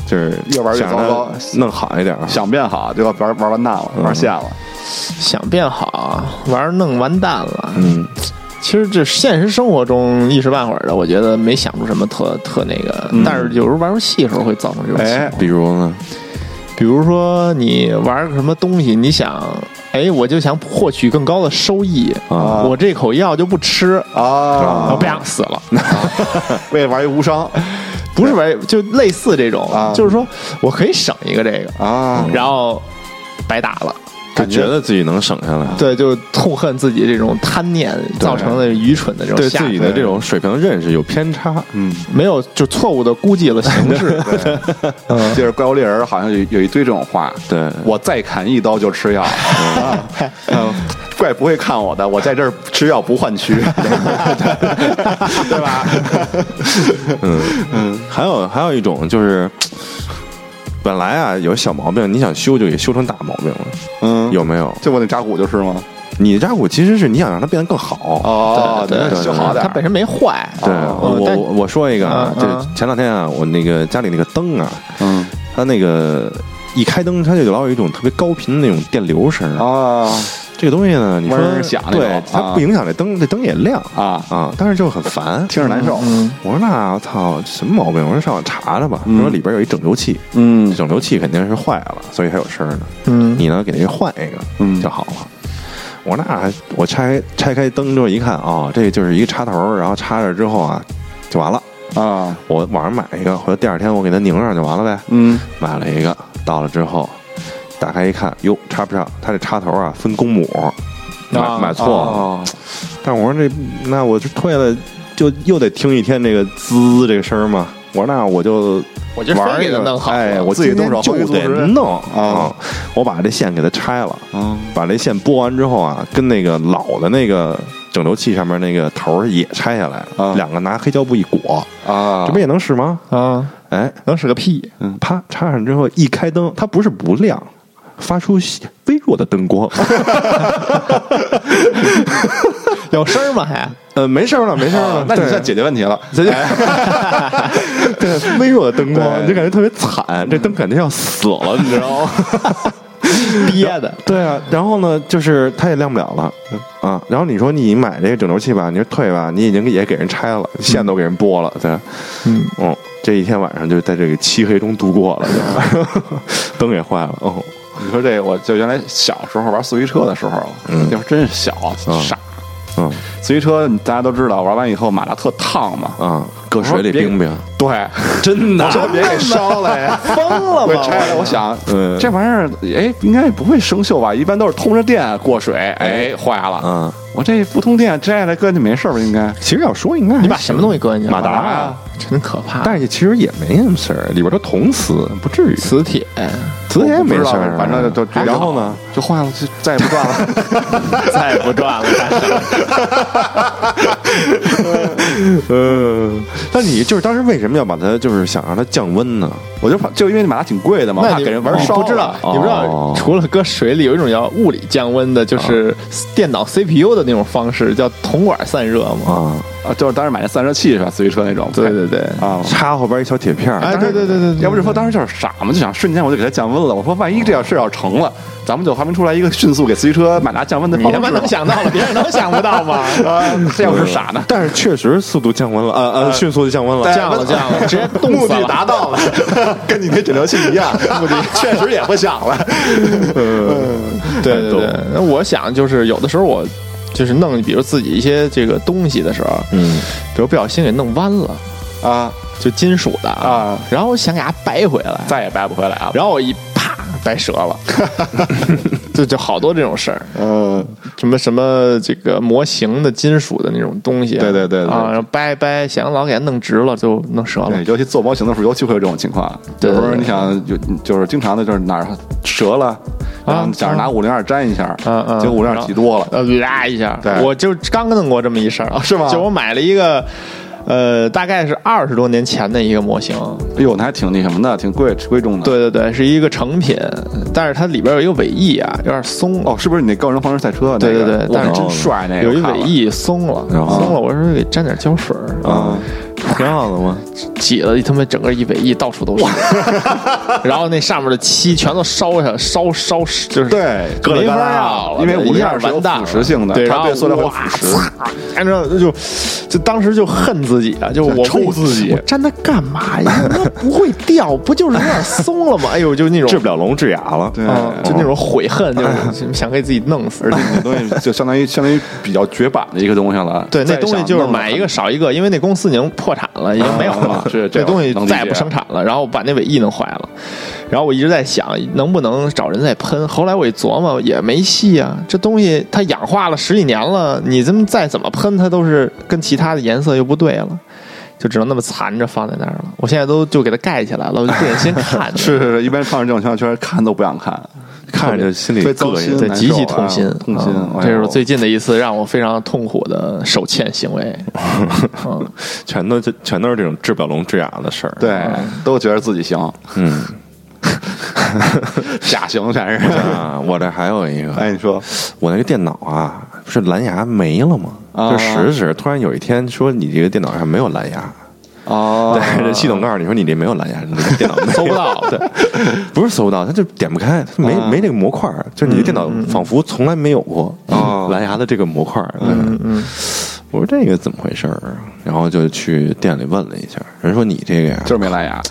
就是越玩越想着糟糕弄好一点啊？想变好，就要玩玩完蛋了，玩线了。想变好，玩儿弄完蛋了。嗯，其实这现实生活中一时半会儿的，我觉得没想出什么特特那个，嗯但是有时候玩游戏的时候会造成这种情况哎。比如呢？比如说你玩个什么东西，你想，哎，我就想获取更高的收益，啊我这口药就不吃，啊我不想死了，为了玩一无伤不是玩，就类似这种，啊就是说我可以省一个这个，啊然后白打了。就觉得自己能省下来，对，就痛恨自己这种贪念造成的愚蠢的这种对下自己的这种水平认识有偏差。嗯，没有就错误的估计了形势，就是怪物猎人好像有有一堆这种话，对我再砍一刀就吃药，啊嗯怪不会看我的，我在这儿吃药不换区，对吧？还有还有一种就是，本来啊有小毛病，你想修就给修成大毛病了，嗯，有没有？就我那扎古就是吗？你的扎古其实是你想让它变得更好。哦，对那对就好点它哦本儿。身没坏，对，嗯我我但我说一个啊，嗯就嗯前两天啊，我那个家里那个灯啊，嗯它那个一开灯，它就老有一种特别高频的那种电流声儿，啊，这个东西呢，你说嗡儿响那种对，它啊嗯不影响这灯，这灯也亮啊啊，但是就很烦，听着难受。我说那我操什么毛病？我说上网查查吧。他说里边有一整流器，嗯整流器肯定是坏了，所以才有声儿呢。嗯你呢给人换一个，嗯就好了。我说那我拆拆开灯之后一看啊、哦，这就是一个插头儿，然后插着之后啊就完了。啊，我网上买一个，回头第二天我给它拧上就完了呗。嗯买了一个，到了之后打开一看，哟，插不上，它这插头啊分公母，买、啊买错了。哦，但我说这那我就退了，就又得听一天这个滋这个声儿嘛。我说那我就我觉得玩非一给它个，弄好哎，了我自己今天动手就会做得出来弄啊！我把这线给它拆了，啊把这线拨完之后啊，跟那个老的那个整流器上面那个头儿也拆下来了，啊两个拿黑胶布一裹，啊这不也能使吗？啊，哎，能使个屁！啪插上之后一开灯，它不是不亮，发出微弱的灯光。有声儿吗？还 呃，没事儿了，没事儿了。啊那你对算解决问题了。这就 对微弱的灯光，对你就感觉特别惨，这灯感觉要死了，你知道吗？憋的，对啊，然后呢，就是它也亮不了了啊。然后你说你买这个整流器吧，你说退吧，你已经也给人拆了，线都给人拨了，对，嗯，嗯，这一天晚上就在这个漆黑中度过了， 就灯也坏了，哦，你说这个，我就原来小时候玩四驱车的时候，那会儿真是小啊嗯傻。嗯四驱车大家都知道，玩完以后马达特烫嘛，啊，搁水里别冰冰，对， 真的我说别给 烧了呀。疯了我吧？拆了，我想嗯这玩意儿，哎，应该也不会生锈吧？一般都是通着电过水，哎，坏了。嗯，我这不通电摘下来，哥你没事吧？应该其实要说应该你把什么东西，西搁进去？马达啊，真可怕！但是其实也没什么事儿，里边都铜丝，不至于，磁铁，磁铁也没不知道事儿，嗯啊反正就就然后呢，就坏了，就再也不 转了。再也不转 了。呃，那你就是当时为什么要把它，就是想让它降温呢？我就怕，就因为那马达挺贵的嘛，那怕你给人玩烧你了。不知道，哦你不知道，除了搁水里，有一种叫物理降温的，就是电脑 CPU 的那种方式，叫铜管散热嘛。啊，啊，就是当时买那散热器是吧？四驱车那种。对对对，哦啊，插后边一小铁片儿，哎，当时对对对对，对要不就说当时就是傻嘛，就想瞬间我就给它降温了。我说万一这件事要成了，咱们就发明出来一个迅速给四驱车马达降温的你方他妈式吧能。想到了，别人能想不到吗？ 啊，这要是傻呢？哎但是确实速度降温了，呃呃，迅速的降温了，降了降了，直接冻死了。到了，嗯跟你那诊疗器一 样，目的确实也不想了。 嗯对 对对，那我想就是有的时候我就是弄，比如自己一些这个东西的时候，嗯，比如不小心给弄弯了，啊就金属的啊，啊，然后我想给它掰回来，再也掰不回来啊。然后我一啪掰折 了，就就好多这种事儿。嗯，什么什么这个模型的金属的那种东西啊，对对对对啊，然后掰一掰，想老给它弄直了，就弄折了对，。嗯尤其做模型的时候，尤其会有这种情况。啊对有时候对对你想有，就是经常的就是哪儿折了，然后想着拿五零二粘一下，嗯嗯结果五零二挤多了，呃，啦一下，对啊我就刚弄过这么一事儿、是吗就我买了一个，呃，大概是二十多年前的一个模型，哎呦，那还挺那什么的，挺贵贵重的。，对对对，是一个成品，但是它里边有一个尾翼啊，有点松了。哦，是不是你那高人方程赛车？啊对对那个哦对，但哇是真帅那个，有一我看尾了翼松了，然后松了，我说给沾点胶水儿啊，挺好的嘛，挤了他妈整个一尾翼，到处都是， 然后那上面的漆全都烧下，烧烧就是对，疙里疙没法瘩要了因为对啊五一零下二是有完蛋腐了蚀性的，对，然它后对塑料会有哇腐蚀。反正就就当时就恨自己啊，就我想抽自己我粘它干嘛呀？ 他妈不会掉，不就是有点松了吗？哎呦，就那种治不了聋治哑了，嗯对啊就那种悔恨，就是想给自己弄 死。而且那东西就相当于相当于比较绝版的一个东 西了。对，那再东西想就是弄买一个少一个，因为那公司已经破产了，已经没有了啊， 是这这样东西能理再也解不生产了。然后把那尾翼弄坏了，然后我一直在想能不能找人再喷。后来我一琢磨也没戏啊，这东西它氧化了十几年了，你这么再怎么喷它都是跟其他的颜色又不对了。就只能那么残着放在那儿了。我现在都就给它盖起来了，我就不忍心 看着。是是是，一般放上这种情况，确实看都不想看，嗯看着心里特别糟膈心应。对，难极受其啊痛心，痛心嗯哎呦这是我最近的一次让我非常痛苦的手欠行为。 嗯，全都全都是这种治不了聋治哑的事儿。对，都觉得自己行，嗯， 假行全是。啊，我这还有一个，哎，你说我那个电脑啊，不是蓝牙没了吗？啊啊就使着使着，突然有一天说你这个电脑上没有蓝牙，哦，但是这系统告诉你说你这没有蓝牙，你这电脑没有搜不到对，不是搜不到，它就点不开，它没啊没这个模块儿，就是你的电脑仿佛从来没有过哦蓝牙的这个模块儿。嗯嗯，我说这个怎么回事儿啊？然后就去店里问了一下，人说你这个呀就，是没蓝 牙。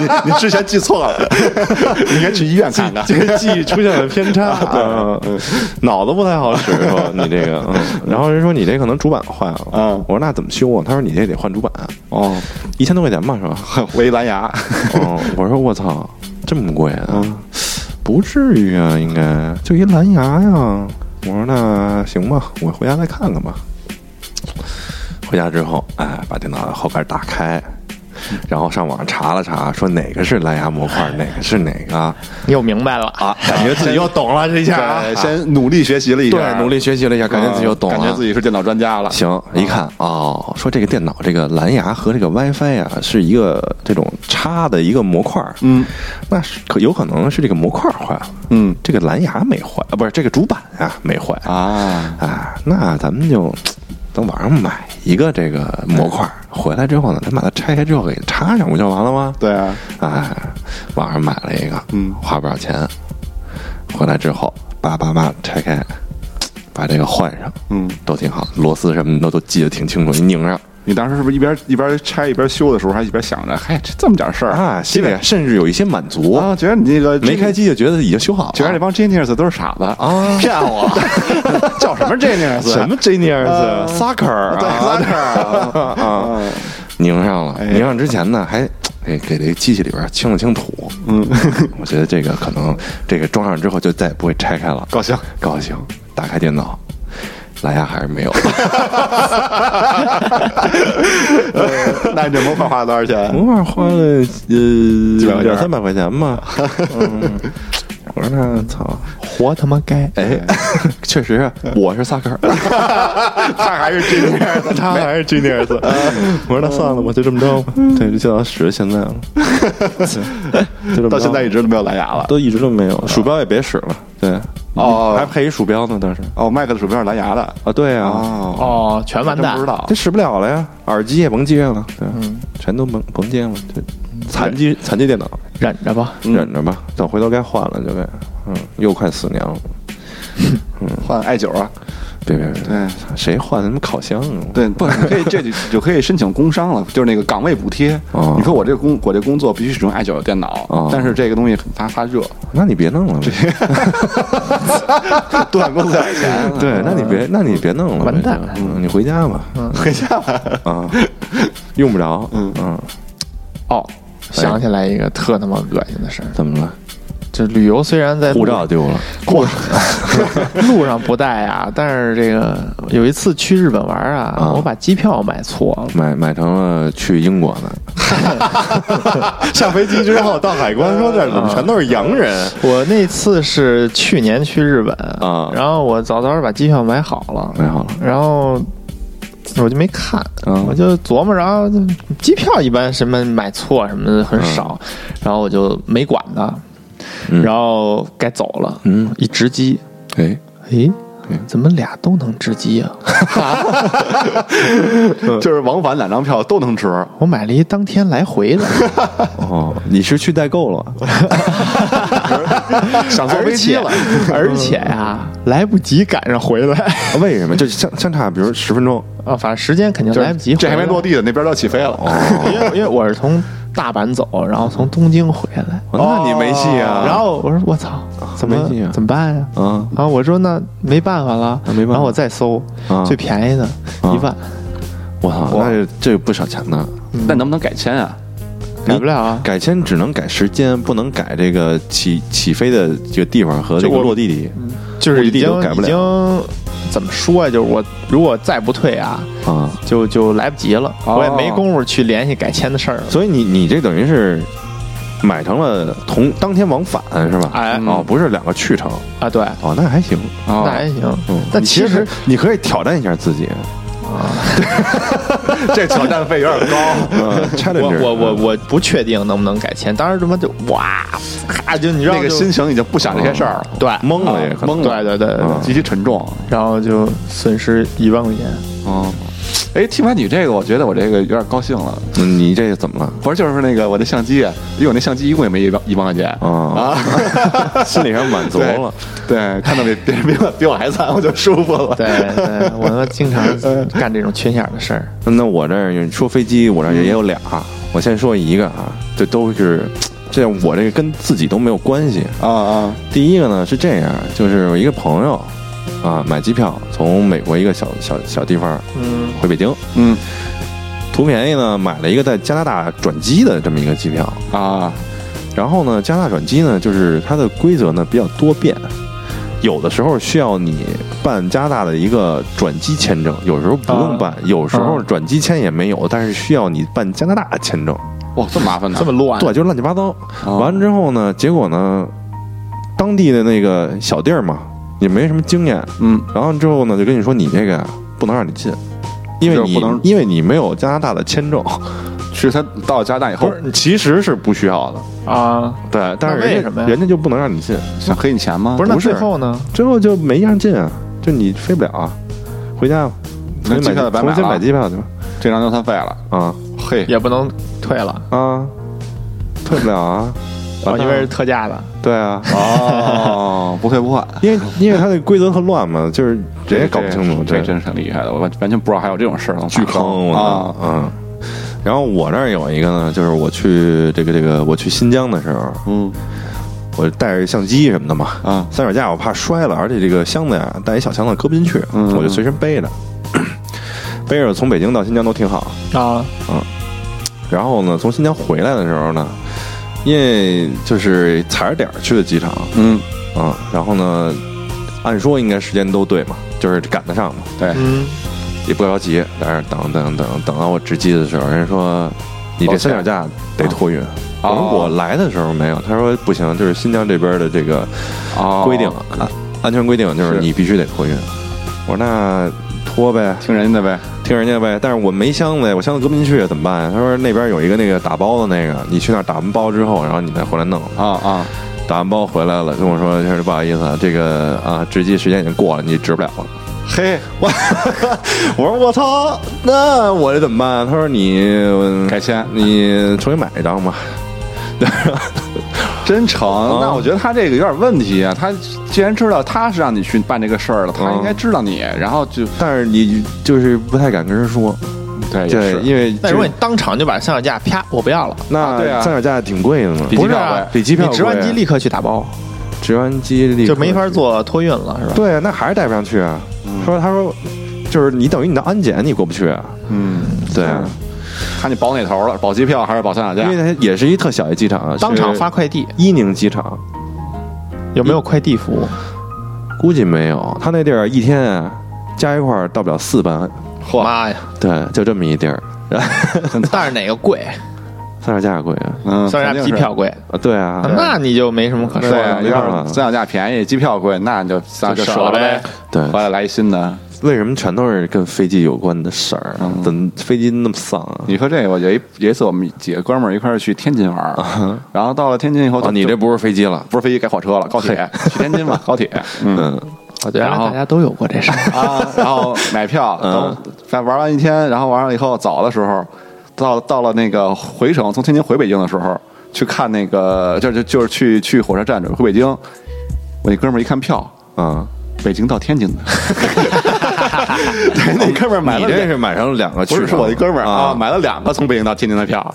你你之前记错了， 你应该去医院看看。这个记忆出现了偏差， 对，脑子不太好使。说你这 个，嗯然后人说你这可能主板坏了，嗯我说那怎么修啊？他说你这得换主板，哦，一千多块钱吧，是吧？喂蓝牙， 哦，我说我操，这么贵啊？不至于啊，应该就一蓝牙呀、我说那行吧，我回家再看看吧。回家之后，哎，把电脑后盖打开，然后上网查了查，说哪个是蓝牙模块，哪个是哪个啊？ 你又明白了啊，感觉自己又懂了这一下啊，对，先努力学习了一下，嗯对，努力学习了一下，嗯感觉自己又懂了，感觉自己是电脑专家了。行，一看哦，说这个电脑这个蓝牙和这个 WiFi 啊，是一个这种插的一个模块，嗯，那是可有可能是这个模块坏了，嗯，这个蓝牙没坏啊，不是这个主板啊没坏啊，啊，那咱们就等网上买一个这个模块，回来之后呢，咱把它拆开之后给插上不就完了吗？对啊，哎，网上买了一个，嗯花不少钱。回来之后，叭叭叭拆开，把这个换上，嗯，都挺好，螺丝什么的都记得挺清楚，你拧上你当时是不是一边一边拆一边修的时候，还一边想着，嗨，这这么点事儿啊，心里甚至有一些满足，嗯啊，觉得你那个没开，机就觉得已经修好了，觉得这帮 genius 都是傻子啊，啊， 骗我，叫什么 genius？什么 Genius 啊 Sucker 对啊， ，Zucker 啊，拧上了，哎呀拧上之前呢，还给给这机器里边清了清土，嗯， 我觉得这个可能这个装上之后就再也不会拆开了，高兴高兴，打开电脑，蓝牙还是 没有，呃 那你这模块花了多 少钱？模块花了百呃块钱两三百块钱 吧，嗯我说那操，活他妈该。哎， 确实啊，我是萨克尔，他还是 genius，他还是 Junior 子，我说那算了，我就这么着吧，对，就叫到使到现在 了，就这么着到现在一直都没有蓝牙了。都一直都没有，鼠标也别使了，对，哦还配一鼠标呢，当时哦，Mac 的鼠标是蓝牙的。啊，对啊，哦，哦，全完真蛋，不知道这使不了了呀，耳机也甭接了，对，全都甭甭接了，这残疾残疾电脑，忍着吧。忍着吧，等回头该换了就该，嗯，又快四年了，换 i 九啊。别别别，对谁换他妈烤箱啊？对，不，你可以这 就就可以申请工伤了，就是那个岗位补贴。哦你说我这个工我这工作必须使用 i 九的电脑，哦但是这个东西很发发 热，那你别弄了呗，短工资点钱。对，那你别那你别弄了呗，完蛋就嗯你回家吧， 回家吧。啊，用不着，嗯嗯，哦，想起来一个特他妈恶心的事儿，怎么了？就旅游虽然在路护照丢了， 过路上不带啊，但是这个有一次去日本玩啊，啊我把机票买错了。买买成了去英国的，上飞机之后到海关说这怎么全都是洋人？我那次是去年去日本啊然后我早早地把机票买好了，买好了然后我就没看，嗯啊我就琢磨着啊机票一般什么买错什么的很少，嗯然后我就没管它，然后该走了，嗯，一直机，哎，诶，嗯怎么俩都能值机啊？就是往返两张票都能吃。我买了一当天来回 的，哦，你是去代购了？想坐而飞机且了，而且呀、来不及赶上回来为什么？就相相差，比如十分钟。啊，反正时间肯定来不及回这来。哦还没落地呢，那边都要起飞了。因为因为我是从大阪走，然后从东京回来。哦那你没戏哎啊！然后我说我操，怎么没劲啊怎么办呀？啊哦然后我说那没办法了，没办法然后我再搜啊最便宜的啊一万，我操，那这不少钱呢。那能不能改签啊？改不了啊。改签只能改时间，不能改这个起起飞的这个地方和这个就我落地地。就是已目的地经都改不已了经怎么说呀？就是我如果再不退啊，啊，就就来不及了，哦我也没工夫去联系改签的事儿了。所以你你这等于是买成了同当天往返是吧？哎哦，不是两个去程啊，对，哦，那还行。那哎哦还行嗯，。但你其实你可以挑战一下自己。这挑战费有 点高。呃 我 Challenger，我我我不确定能不能改签，当时他妈就哇，咔就你知道那个就心情已经不想这些事儿了，对嗯啊懵了也可能懵对了，对对对，啊极其沉重。然后就损失一万块钱，哦，哎，听完你这个，我觉得我这个有点高兴了。嗯你这怎么了？不是，就是那个我的相机，啊因为我那相机一共也没一万一万块钱嗯啊，心理上满足对了。对，看到别别人比我比我还惨，我就舒服了。对对，我们 经常嗯干这种缺心眼儿的事儿。那我这儿有说飞机，我这儿也有俩，我先说一个啊，这都是，这我这个跟自己都没有关系。嗯啊啊第一个呢是这样，就是我一个朋友啊买机票从美国一个小小小地方嗯回北京，嗯图便宜呢买了一个在加拿大转机的这么一个机票，啊然后呢，加拿大转机呢，就是它的规则呢比较多变，有的时候需要你办加拿大的一个转机签证，有时候不用啊办，有时候转机签也没有，但是需要你办加拿大签证，啊哇，这么麻烦呢？这么乱，啊对，就乱七八糟。哦完了之后呢，结果呢，当地的那个小弟儿嘛，也没什么经验，嗯然后之后呢，就跟你说你这个呀不能让你进，因为就是你不能因为你没有加拿大的签证，是他到加拿大以后其实是不需要的，啊，对，但是那为人什么家呀人家就不能让你进。想黑你钱吗？啊不是不那是最后呢？最后就没让进啊，就你飞不了啊，回家那重新机票就白买重新了买机票去吧。这张就算废了。啊嘿，也不能退了，啊，退不了啊，哦，完蛋因了为是特价的，对啊，哦，不退不换，因为因为它的规则特乱嘛，就是人也搞不清楚，这对真是很厉害的，我完完全不知道还有这种事儿能巨发生坑我！啊操嗯。然后我那儿有一个呢，就是我去这个这个我去新疆的时候，嗯我带着相机什么的嘛，啊三脚架我怕摔了，而且这个箱子呀带一小箱子搁不进去，嗯我就随身背着，背着从北京到新疆都挺好。啊，然后呢，从新疆回来的时候呢，因为就是踩着点儿去的机场嗯，啊，然后呢，按说应该时间都对嘛，就是赶得上嘛，对，嗯，也不着急，在那儿等等等等到我值机的时候，人家说你这三脚架得托运。我说我来的时候没有，他说不行，就是新疆这边的这个哦规定，安安全规定就是是你必须得托运。我说那拖呗，听人家的呗，听人家呗。但是我没箱子呀，我箱子搁不进去，怎么办呀？他说那边有一个那个打包的那个，你去那儿打完包之后，然后你再回来弄。啊啊打完包回来了，跟我说就是不好意思啊，这个啊值机时间已经过了，你值不了了。嘿， 我说我操，那我这怎么办啊？他说你嗯改签你重新买一张吧。真成。那我觉得他这个有点问题啊。他既然知道他是让你去办这个事儿了，他嗯应该知道你，然后就但是你就是不太敢跟人说，对对，因为那如果这你当场就把三脚架啪，我不要了，那啊对啊三脚架挺贵的嘛，比不机是票啊呗，比机票你值完贵机立刻去打包，直完机立刻就没法做托运了，是吧？对，那还是带不上去啊。他说：“他说，就是你等于你的安检你过不去啊。嗯，对，看你保哪头了，保机票还是保三脚因架为？它也是一特小一机场啊，当场是发快递，伊宁机场，有没有快递服务？估计没有。他那地儿一天啊，加一块儿到不了四班，妈呀！对，就这么一地儿。 但是哪个贵？三脚架贵啊，嗯，三脚肯定架是机票。贵，啊，对啊，那你就没什么可说对的。啊，没办法要是三脚架便宜，机票贵，那你就那就就舍舍了了呗呗。对回来来一新的。为什么全都是跟飞机有关的事儿啊？怎么飞机那么丧啊？你说这个，我有一有一次我们几个哥们儿一块儿去天津玩儿，然后到了天津以后，啊哦，你这不是飞机了，不是飞机改火车了，高铁去天津嘛，高铁，嗯我觉得然后大家都有过这事儿。啊，然后买票，嗯等再玩完一天，然后玩完以后早的时候，到到了那个回程，从天津回北京的时候，去看那个就就就是去去火车站准备回北京，我那哥们儿一看票，啊，北京到天 津的， 对，那哥们儿买你了这两是买上两个去不程，是是我那哥们儿啊，啊，买了两个从北京到天津的票，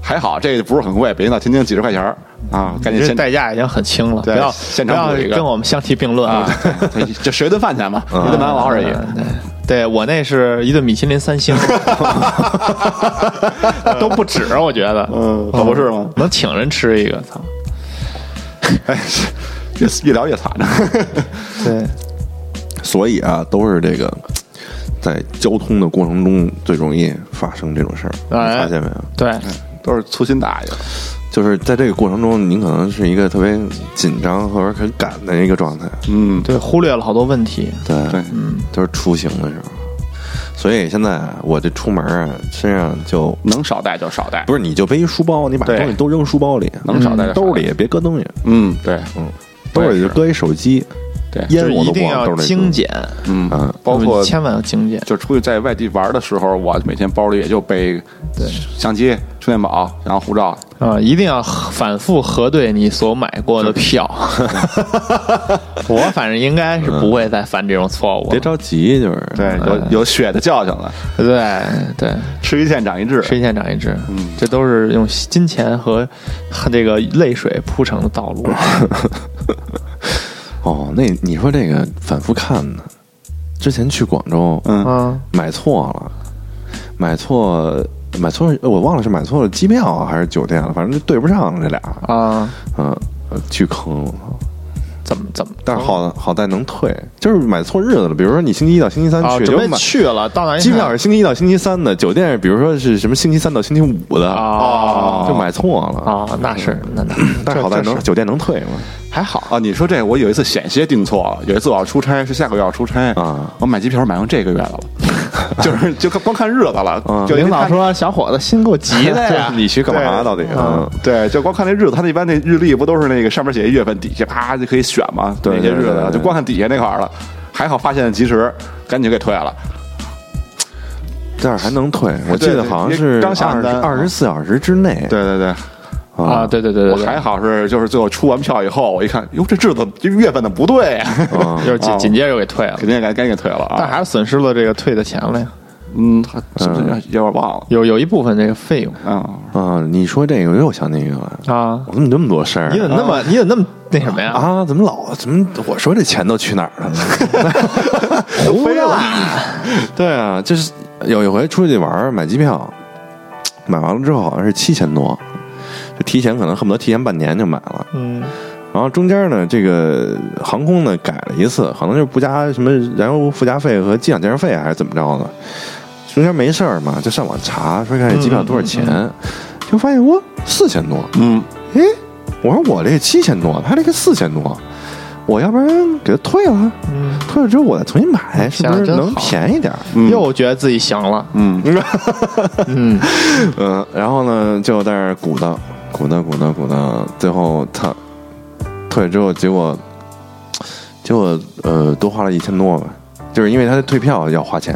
还好这个不是很贵，北京到天津几十块钱儿啊， 赶紧这先代价已经很轻了，不对要现不场要补一个跟我们相提并论啊！ 就吃一顿饭钱嘛，一顿饭往而已。对我那是一顿米其林三星，都不止，我觉得，嗯可不是吗能请人吃一个，操！哎， 越越聊越惨了。对，所以啊，都是这个在交通的过程中最容易发生这种事儿，你哎发现没有？对，都是粗心大意，就是在这个过程中，您可能是一个特别紧张或者很赶的一个状态，嗯，对，忽略了好多问题。对对，就是出行的时候。所以现在啊我这出门啊，身上就能少带就少带，不是你就背一书包，你把对东西都扔书包里，嗯能少带就少带兜里也别搁东西，嗯，对，兜里就搁一手机，对烟就是我一都不定往要兜里精搁。简，嗯嗯，包括千万要精简。就出去在外地玩的时候，我每天包里也就背相机、充电宝，然后护照。啊，一定要核反复核对你所买过的票。我反正应该是不会再犯这种错误别了。着急，就是对，有有血的教训了，对对，吃一堑长一智。吃一堑长一智，嗯这都是用金钱和和这个泪水铺成的道路。 哦，那你说这个反复看呢？之前去广州，嗯啊，买错了，买错买错，我忘了是买错了机票啊还是酒店了，反正就对不上这俩，啊，嗯，呃巨坑了。怎么怎么？但是好好在能退，就是买错日子了。比如说你星期一到星期三啊，去，准就备买去了，到哪机票是星期一到星期三的，酒店是比如说是什么星期三到星期五的，哦就买错了。啊，那是那那，嗯但是好在这能这是酒店能退嘛？还好。啊，你说这我有一次险些订错了，有一次我要出差，是下个月要出差啊，，我买机票买成这个月了， 就是就光看日子了，就领导看说：“小伙子，心够急的呀 你去干嘛对到底？嗯啊嗯，对，就光看那日子，他那一般那日历不都是那个上面写一月份，底下啪就可以选吗？对哪些日对对子对就光看底下那块儿了。还好发现及时，赶紧给退了。但是还能退。我记对得对好像因为是刚下二单啊二十四小时之内。对对对，啊，对对对我对对，还好是就是最后出完票以后，我一看，哟，这日子这月份的不对呀，嗯，就是紧啊 紧接着又给退了肯，定赶赶紧给退了但啊。还是损失了这个退的钱了呀，嗯，还是不是有点忘了有有一部分这个费用啊？啊，你说这个我又想起一个来，啊我。怎么这么多事儿啊？你怎么那么你怎么那么那什么呀？啊？怎么老怎么？我说这钱都去哪儿了？胡乱 对啊，就是有一回出去玩儿买机票，买完了之后好像是七千多，就提前可能恨不得提前半年就买了。嗯然后中间呢，这个航空呢改了一次，可能就是不加什么燃油附加费和机场建设费还是怎么着的。中间没事儿嘛，就上网查说看这机票多少钱，嗯就发现我四千多。嗯，诶，我说我这七千多，他这个四千多，我要不然给他退了，嗯，退了之后我再重新买，是不想是得真能好便宜点儿？又觉得自己行了，嗯嗯，嗯，然后呢，就在那儿鼓捣，鼓捣，鼓捣，鼓捣，最后他退之后，结果，结果呃，多花了一千多吧，就是因为他的退票要花钱，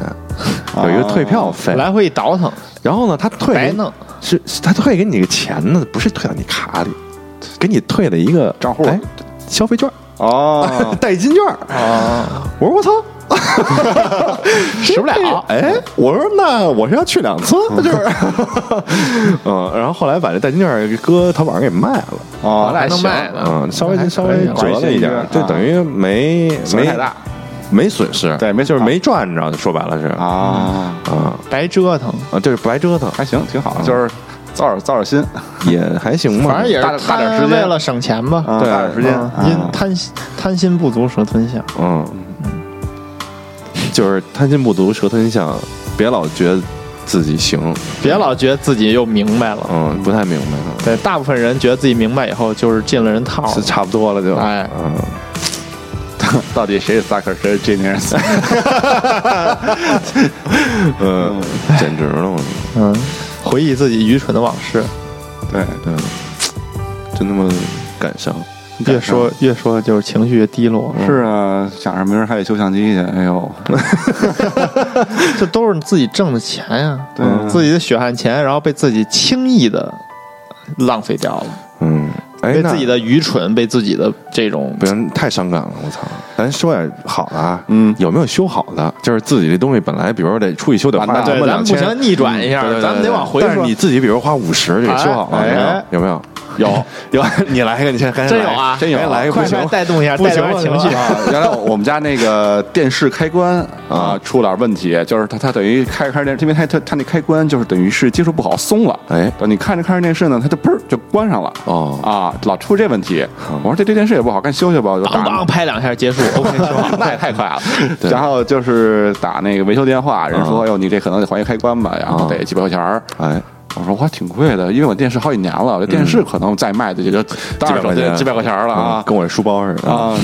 有一个退票费。啊来回一倒腾，然后呢，他退白给弄是是他退给你个钱呢，不是退到你卡里，给你退了一个账户哎消费券儿、 哦代金券儿。啊，我说我操，使不了。哎，我说那我是要去两次，就是， 嗯，然后后来把这代金券儿搁淘宝上给卖了。我哦，俩能卖呢，嗯，稍微还稍可微以啊折了一点儿，还行这等于没损没失太大没损失，对没就是没赚着，说白了是啊啊，白折腾，啊，就是白折腾，还行，挺好，就是造点造点心，也还行吧，反正也大是大点时贪间为了省钱吧，啊对大点时间啊嗯因贪心贪心不足蛇吞象，嗯，就是贪心不足蛇吞象，别老觉得自己行，别老觉得自己又明白了。嗯，不太明白，对，大部分人觉得自己明白以后，就是进了人套了是。差不多了就，哦哎嗯，到 底谁是 Zucker，谁 是 Genius？呃，简直了，我嗯，回忆自己愚蠢的往事，对，对，啊真他妈感伤，越说越说就是情绪越低落。嗯是啊，想着明儿还得修相机去，哎呦，这都是自己挣的钱呀、对啊自己的血汗钱，然后被自己轻易的浪费掉了，嗯，哎，被那自己的愚蠢，被自己的这种不行，太伤感了，我操！咱说点好的啊，嗯有没有修好的？就是自己这东西本来，比如说得出去修得花完蛋他对，妈咱两们不千，嗯行逆转一下，对对对咱们得往回但是说你。自己，比如花五十就给修好了，哎有没有？有没 有有，你来一个，你先赶紧真来有啊，真有啊，来一个不快行快，带动一下，不带行动一下情绪。啊，原来我们家那个电视开关啊出了点问题，就是它它等于开着开着电视，因为它它它那开关就是等于是接触不好松了，哎等你看着看着电视呢，它就嘣儿就关上了，哦啊，老出这问题，我说这这电视也不好，赶紧修修吧，我就梆打梆拍两下结束，OK， 那也 太快了。然后就是打那个维修电话，人嗯说：“哎哟，你这可能得换一开关吧，然后得几百块钱儿。”哎，我说我还挺贵的，因为我电视好几年了，我这电视可能再卖的也就当然手嗯几百块就钱几百块钱了嗯啊。跟我这书包似的啊，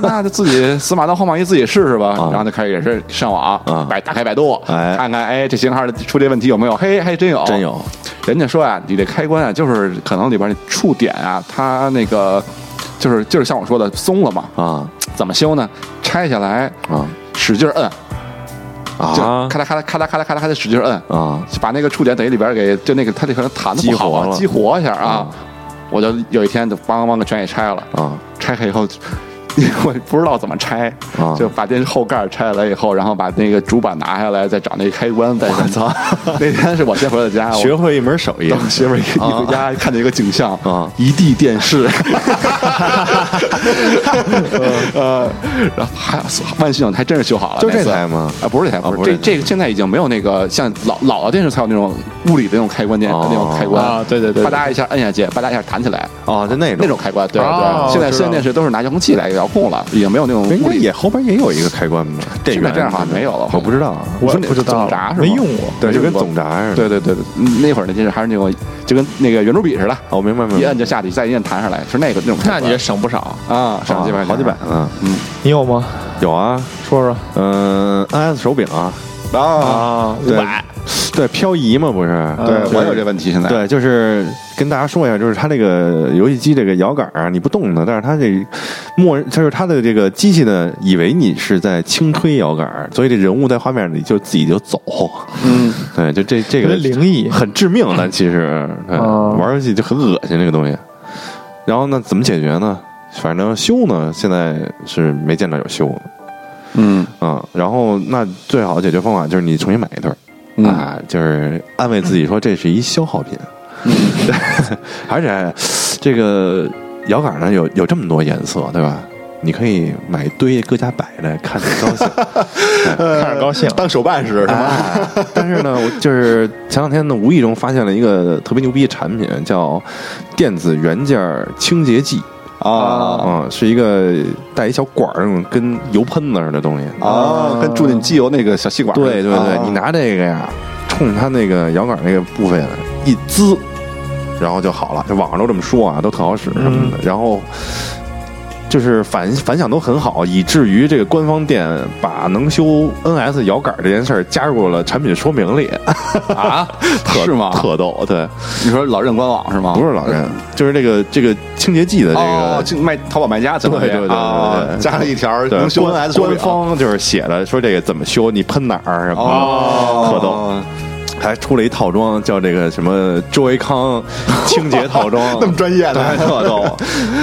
那那就自己 死马当活马医，自己试试吧。然后就开始也是上网啊，百打开百度，嗯哎看看哎这型号出这问题有没有？嘿，还真有，真有。人家说啊，你这开关啊，就是可能里边那触点啊，它那个就是就是像我说的松了嘛，啊，怎么修呢？拆下来啊使劲儿摁，就啊咔嗒咔嗒咔嗒咔嗒咔嗒咔嗒使劲儿摁，啊就把那个触点等于里边儿给就那个它这可能弹的不好啊，激激活一下啊。我就有一天就梆梆梆给全给拆了，啊拆开以后。因为我不知道怎么拆，啊就把这后盖儿拆下来以后，然后把那个主板拿下来，再找那个开关。再我操！ 那天是我先回到 家，我学会一门手艺，等媳妇儿一一回家，看见一个景象啊一地电视，呃，然后还万幸还真是修好了，就这那次台吗啊，不是这台，不不是是这这这个现在已经没有那个像老老的电视才有那种物理的那种开关键哦那种开关啊对对对吧嗒一下摁下去，吧嗒一下弹起来。啊哦，就那种那种开关，对哦对，现在我知道现在电视都是拿遥控器来遥控了，已经没有那种人物家理也后边也有一个开关嘛，电是源吧这样好像没有了我不知道啊，我说也那不知道总闸是吗没用过。对，就跟我总闸似的。 对对对，对那会儿那电视还是那种就跟那个圆珠笔似的，哦，我明白明白。一摁就下去，再一摁弹上来，是那个那种开那关。你也省不少，啊，上几百块钱好几百，嗯，你有吗？有啊，说说嗯，NS 手柄啊，啊，五对百对，漂移嘛不是？啊对，我有这问题现在。对，就是跟大家说一下，就是它这个游戏机这个摇杆啊，你不动它，但是它这默认就是它的这个机器呢，以为你是在轻推摇杆，所以这人物在画面里就自己就走。嗯，对，就这这有个点灵异很致命的，其实对哦玩游戏就很恶心这个东西。然后呢，怎么解决呢？反正修呢，现在是没见着有修的。嗯嗯，然后那最好的解决方法就是你重新买一对儿、嗯啊，就是安慰自己说这是一消耗品，嗯 而且这个摇杆呢有有这么多颜色，对吧？你可以买一堆搁家摆着，看着高 兴。看着高兴。当手办使是吗？哎但是呢，我就是前两天呢，无意中发现了一个特别牛逼的产品，叫电子元件清洁剂。啊嗯，是一个带一小管儿那种跟油喷子似的东西啊，跟注进机油那个小吸管。对对对，啊你拿这个呀，冲它那个摇杆那个部位一滋，然后就好了。这网上都这么说啊，都特好使什么嗯的。然后就是反反响都很好，以至于这个官方店把能修 NS 摇杆这件事儿加入了产品说明里，啊，特是吗？特逗，对，你说老任官网是吗？不是老人，就是这个这个清洁剂的这哦，个。就卖淘宝卖家相当于对对对对啊对对加了一条对能修官 NS 手官表方就是写的，说这个怎么修，你喷哪儿什么的，哦，特逗。还出了一套装，叫这个什么周维康清洁套装， 那么专业 对，的，特逗。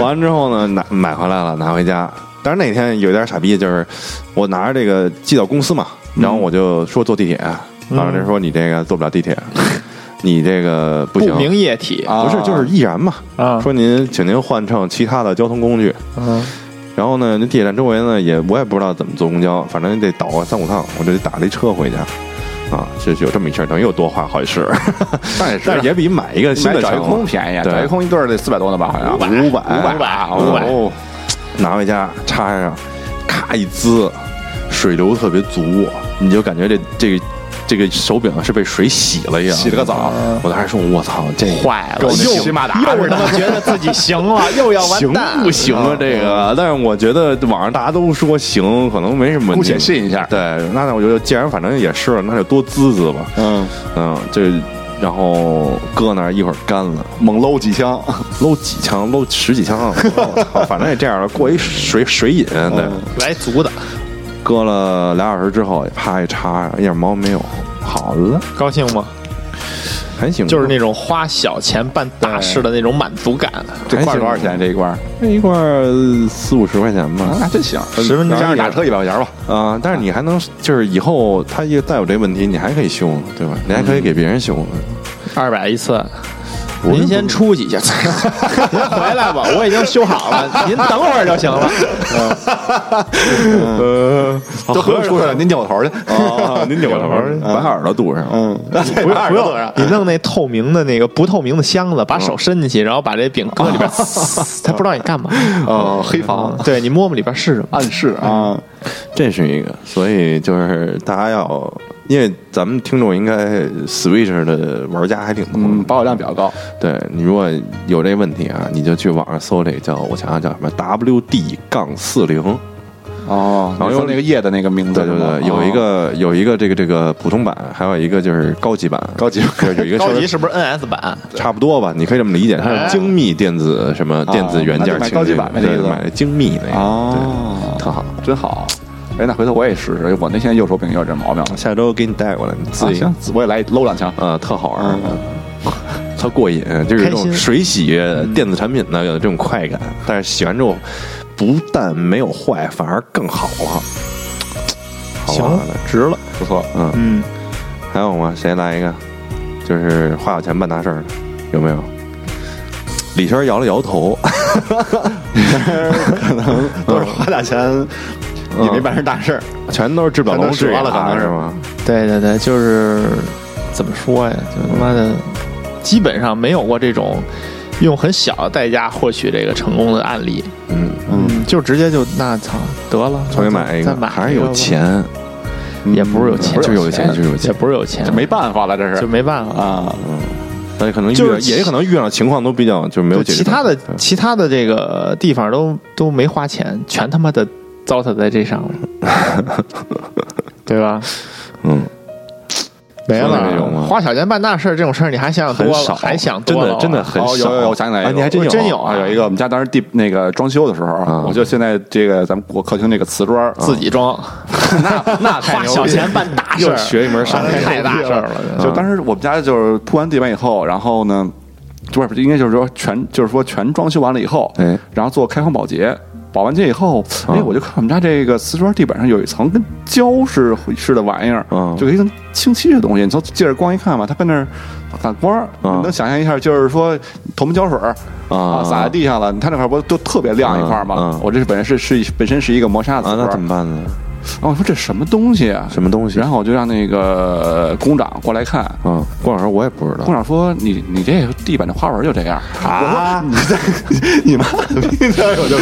完之后呢，拿买回来了，拿回家。但是那天有点傻逼，就是我拿着这个寄到公司嘛，然后我就说坐地铁，然后人说你这个坐不了地 铁，你这个不不行，明液体啊不是就是易燃嘛，啊，说您请您换乘其他的交通工具。嗯然后呢，那地铁站周围呢也我也不知道怎么坐公交，反正得倒个三五趟，我就得打了一车回家。啊，就是有这么一事儿，等于又多花好几十。但也是但是也比买一个新买的找一强空便宜，啊对找一空一对儿得四百多呢吧？好像500五百啊嗯500五百哦，拿回家插上，咔一滋，水流特别足，你就感觉这这个这个手柄是被水洗了一样，洗了个澡。我当时说，我操，这坏了，跟我那又骑马达又似的他妈觉得自己行了，又要行完蛋不。行啊？这嗯个，但是我觉得网上大家都说行，可能没什么问题。姑且信一下对，那那我觉得既然反正也是了，那就多滋滋吧。嗯，嗯，这然后搁那儿一会儿干了。猛搂几枪，搂几枪，搂十几枪，我操，反正也这样了，过一水水瘾，对，来足的，搁了俩小时之后，啪一插上，一点毛没有，好了，高兴吗？还行吧，就是那种花小钱办大事的那种满足感。这罐儿多少钱？这一罐儿那一块儿四五十块钱吧，啊，真行，十分钟加上打车一百块钱吧。啊，但是你还能，就是以后他一再有这问题，你还可以修呢，对吧？你还可以给别人修呢，二百一次。您先出 去去，您回来吧，我已经修好了，啊您等会儿就行了。 嗯嗯呃都不用出去了，您扭头去。 啊，您扭头把耳朵堵上，嗯， 不不用不用，你弄那透明的那个不透明的箱子，把嗯手伸进去，然后把这饼搁里哦边，他不知道你干嘛。嗯呃，黑房对你摸摸里边是什么？暗示啊，这是一个，所以就是大家要，因为咱们听众应该 Switch 的玩家还挺多的，嗯，保有量比较高。对你如果有这问题啊，你就去网上搜这个叫我想想叫什么 WD 杠四零哦，然后你说那个夜的那个名字对是对吗，对，有一个有一个这个这个普通版，还有一个就是高级版，高级对有一个稍高级微是不是 NS 版？差不多吧，你可以这么理解，它哎是精密电子什么电子元件啊那就清买洁，高级版呗对那意思买的精密那个，哦，特好。真好。哎，那回头我也试试，我那现在右手柄有这毛病了。下周给你带过来，你啊自己行，我也来搂两枪。呃，特好玩儿， 特过瘾，就是这开心种水洗电子产品的有这种快感，但是洗完之后不但没有坏，反而更好了。好行玩了的，值了。不错，嗯，嗯，还有吗？谁来一个？就是花小钱办大事儿的，有没有？李轩摇了摇头， 都是花大钱嗯也没办成大事儿。全都是治表龙全治都折了可牙能是是吗？对对对，就是怎么说呀？就他妈的，基本上没有过这种用很小的代价获取这个成功的案例。嗯，嗯，就直接就那操得了，重新买一再个，买还是一个有吧，钱，也不是有钱，就是有钱，就是有也钱，不是有钱，没办法了，这就是没办法。啊，那可能遇就是到也可能遇上情况都比较就是没有就解决其他的办法嗯其他的这个地方都都没花钱，全他妈的糟蹋在这上了， 对吧？嗯。没说的这种吗了，花小钱办大事儿这种事儿，你还想想很多少，了，还想真多了的啊真的很哦有少。有有我想起来啊有你还真我有真有啊，有一个我们家当时地那个装修的时候，啊我就现在这个咱们我客厅这个瓷砖儿，自己装， 那那花小钱办大事儿，又学一门傻那逼太大事儿了。 就当时我们家就是铺完地板以后，然后呢，就不是应该就是说全就是说全装修完了以后，哎然后做开荒保洁。保完洁以后，哎，嗯我就看我们家这个瓷砖地板上有一层跟胶似似的玩意儿，嗯就有一层清漆的东西。你从借着光一看吧，它跟那儿反光儿，嗯你能想象一下，就是说头发胶水儿啊啊洒在地上了，它那块儿不都特别亮一块儿嗯吗嗯？我这本身是是本身是一个磨砂的瓷啊，砖那儿，怎么办呢？然后我说这什么东西啊？什么东西？然后我就让那个工长过来看，嗯，郭老师我也不知道工。长说：“你你这个地板的花纹就这样啊？我说你在你妈逼的！”我就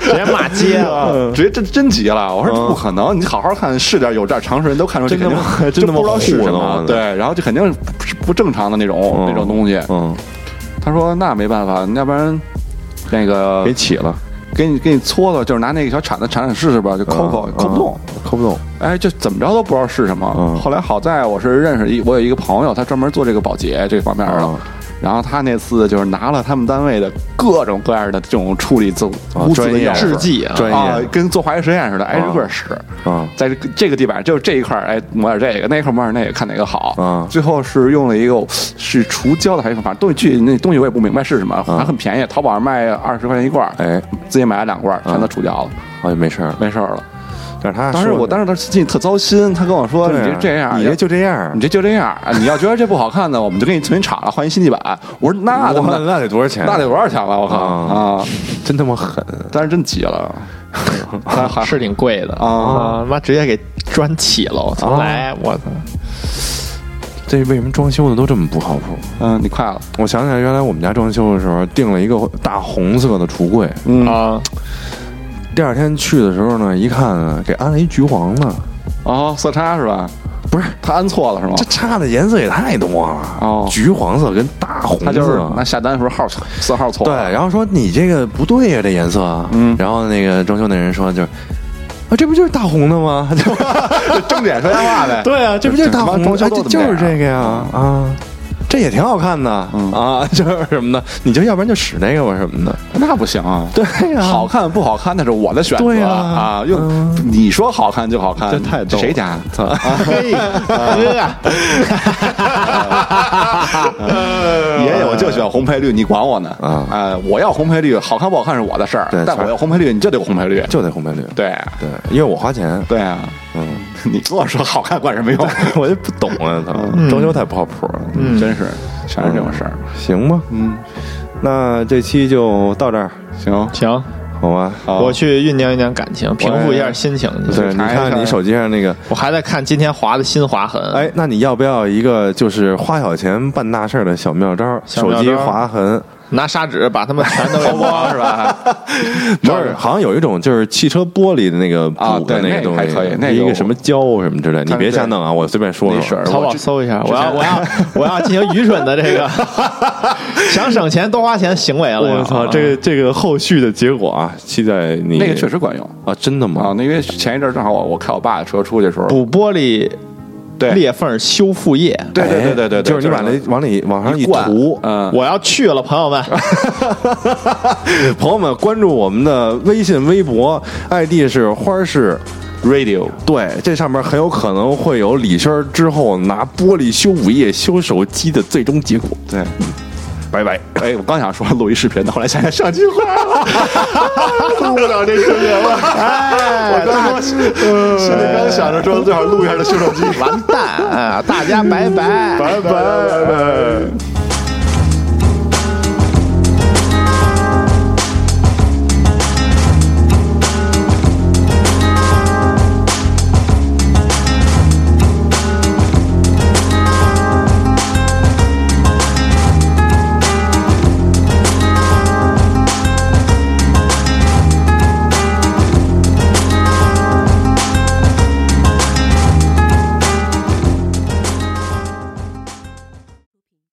直接骂街了， 说，直接真真急了。我嗯说不可能，你好好看，是点有点常识人都看 出这肯定真就他妈真他妈不知道是糊什弄么啊，对，然后就肯定不是不正常的那种嗯那种东西。嗯，他说：“那没办法，要不然那个别起了，给你给你搓搓，就是拿那个小铲子铲铲试试吧，就抠抠嗯抠不动。”嗯抠不动。哎，就怎么着都不知道是什么。嗯后来好在我是认识一，我有一个朋友，他专门做这个保洁这方面的。嗯然后他那次就是拿了他们单位的各种各样的这种处理自啊污渍专的业样式制剂啊，专业啊，跟做化学实验似的，挨着啊个使。啊在这个这个地板，就是这一块儿，哎，抹点这个，那一块儿抹点那个，看哪个好。啊最后是用了一个是除胶的还是什么，反正东西具体那东西我也不明白是什么，反正很便宜，淘宝上卖二十块钱一罐儿，啊哎，自己买了两罐儿，全都除胶了，啊就没事儿。没事儿了。但是他当时说我当时当时心里特糟心，他跟我说：“对你啊这这样，你这就这样你，这就这样啊！你要觉得这不好看呢，我们就给你重新铲了，换一新地板。”我说：“那他我妈那那得多少钱？那得多少钱吧？我靠啊啊！真他妈狠。当时真急 了，还还是挺贵的啊！妈直接给砖起了，我操！啊来，我操！这为什么装修的都这么不靠谱？嗯，你快了，我想起来，原来我们家装修的时候订了一个大红色的橱柜，嗯啊，第二天去的时候呢，一看啊，给安了一橘黄的，哦，色差是吧？不是他按错了是吗这？差的颜色也太多了，哦橘黄色跟大红色，他就是那下单的时候号色号错嗯对，了，然后说你这个不对呀、这颜色啊，嗯然后那个装修那人说就是。啊，这不就是大红的吗？ 睁着眼说瞎话呗。对啊，这不就是大红的？装修都哎这么就样是这个呀啊，这也挺好看的、嗯啊， 就是什么的，你就要不然就使那个吧什么的。那不行啊！对呀、 好看不好看那是我的选对择啊啊！用嗯你说好看就好看，这太逗了谁家？ 操， 嘿，啊哥， 爷爷，我就喜欢红配绿，你管我呢？啊哎我要红配绿，好看不好看是我的事儿对，但反我要红配绿，你就得红配绿。就得红白绿。对对，因为我花钱， 对啊，嗯，你跟我说好看管什么用？我就不懂啊，操，装修太不靠谱了。啊嗯真是全是这种事儿。行吧，嗯，那这期就到这儿，行，行，好吧？好我去酝酿酝酿感情，平复一下心情。对，你查一下嗯看你手机上那个，我还在看今天划的新划痕，哎，，那你要不要一个就是花小钱办大事儿的小妙招？小妙手招 机划痕，拿砂纸把他们全都给剥是吧？ 不是，好像有一种就是汽车玻璃的那个啊补的对个东西，那个还可以那个一我个什么胶什么之类，你们别对瞎弄啊！我随便说没事说儿。淘宝搜一下，我要我要 我要进行愚蠢的这个想省钱多花钱行为了。我操，这个这个后续的结果啊，期待你啊那个确实管用啊，真的啊吗？。那因为前一阵儿正好我我开我爸的车出去的时候，补玻璃对裂缝修复液。对对对对对，哎就是你把那往里往上一涂，嗯，我要去了，朋 友们，朋友们关注我们的微信、微博，ID 是花式 radio 对，这上面很有可能会有李轩儿之后拿玻璃修补液修手机的最终结果。对，拜拜。哎，我刚想说录一视频的，后来想想上句话录不了这视频了。我刚说，心里刚想着说，最好录一下这修手机。哎 哎完蛋啊！大家拜拜。拜拜拜拜。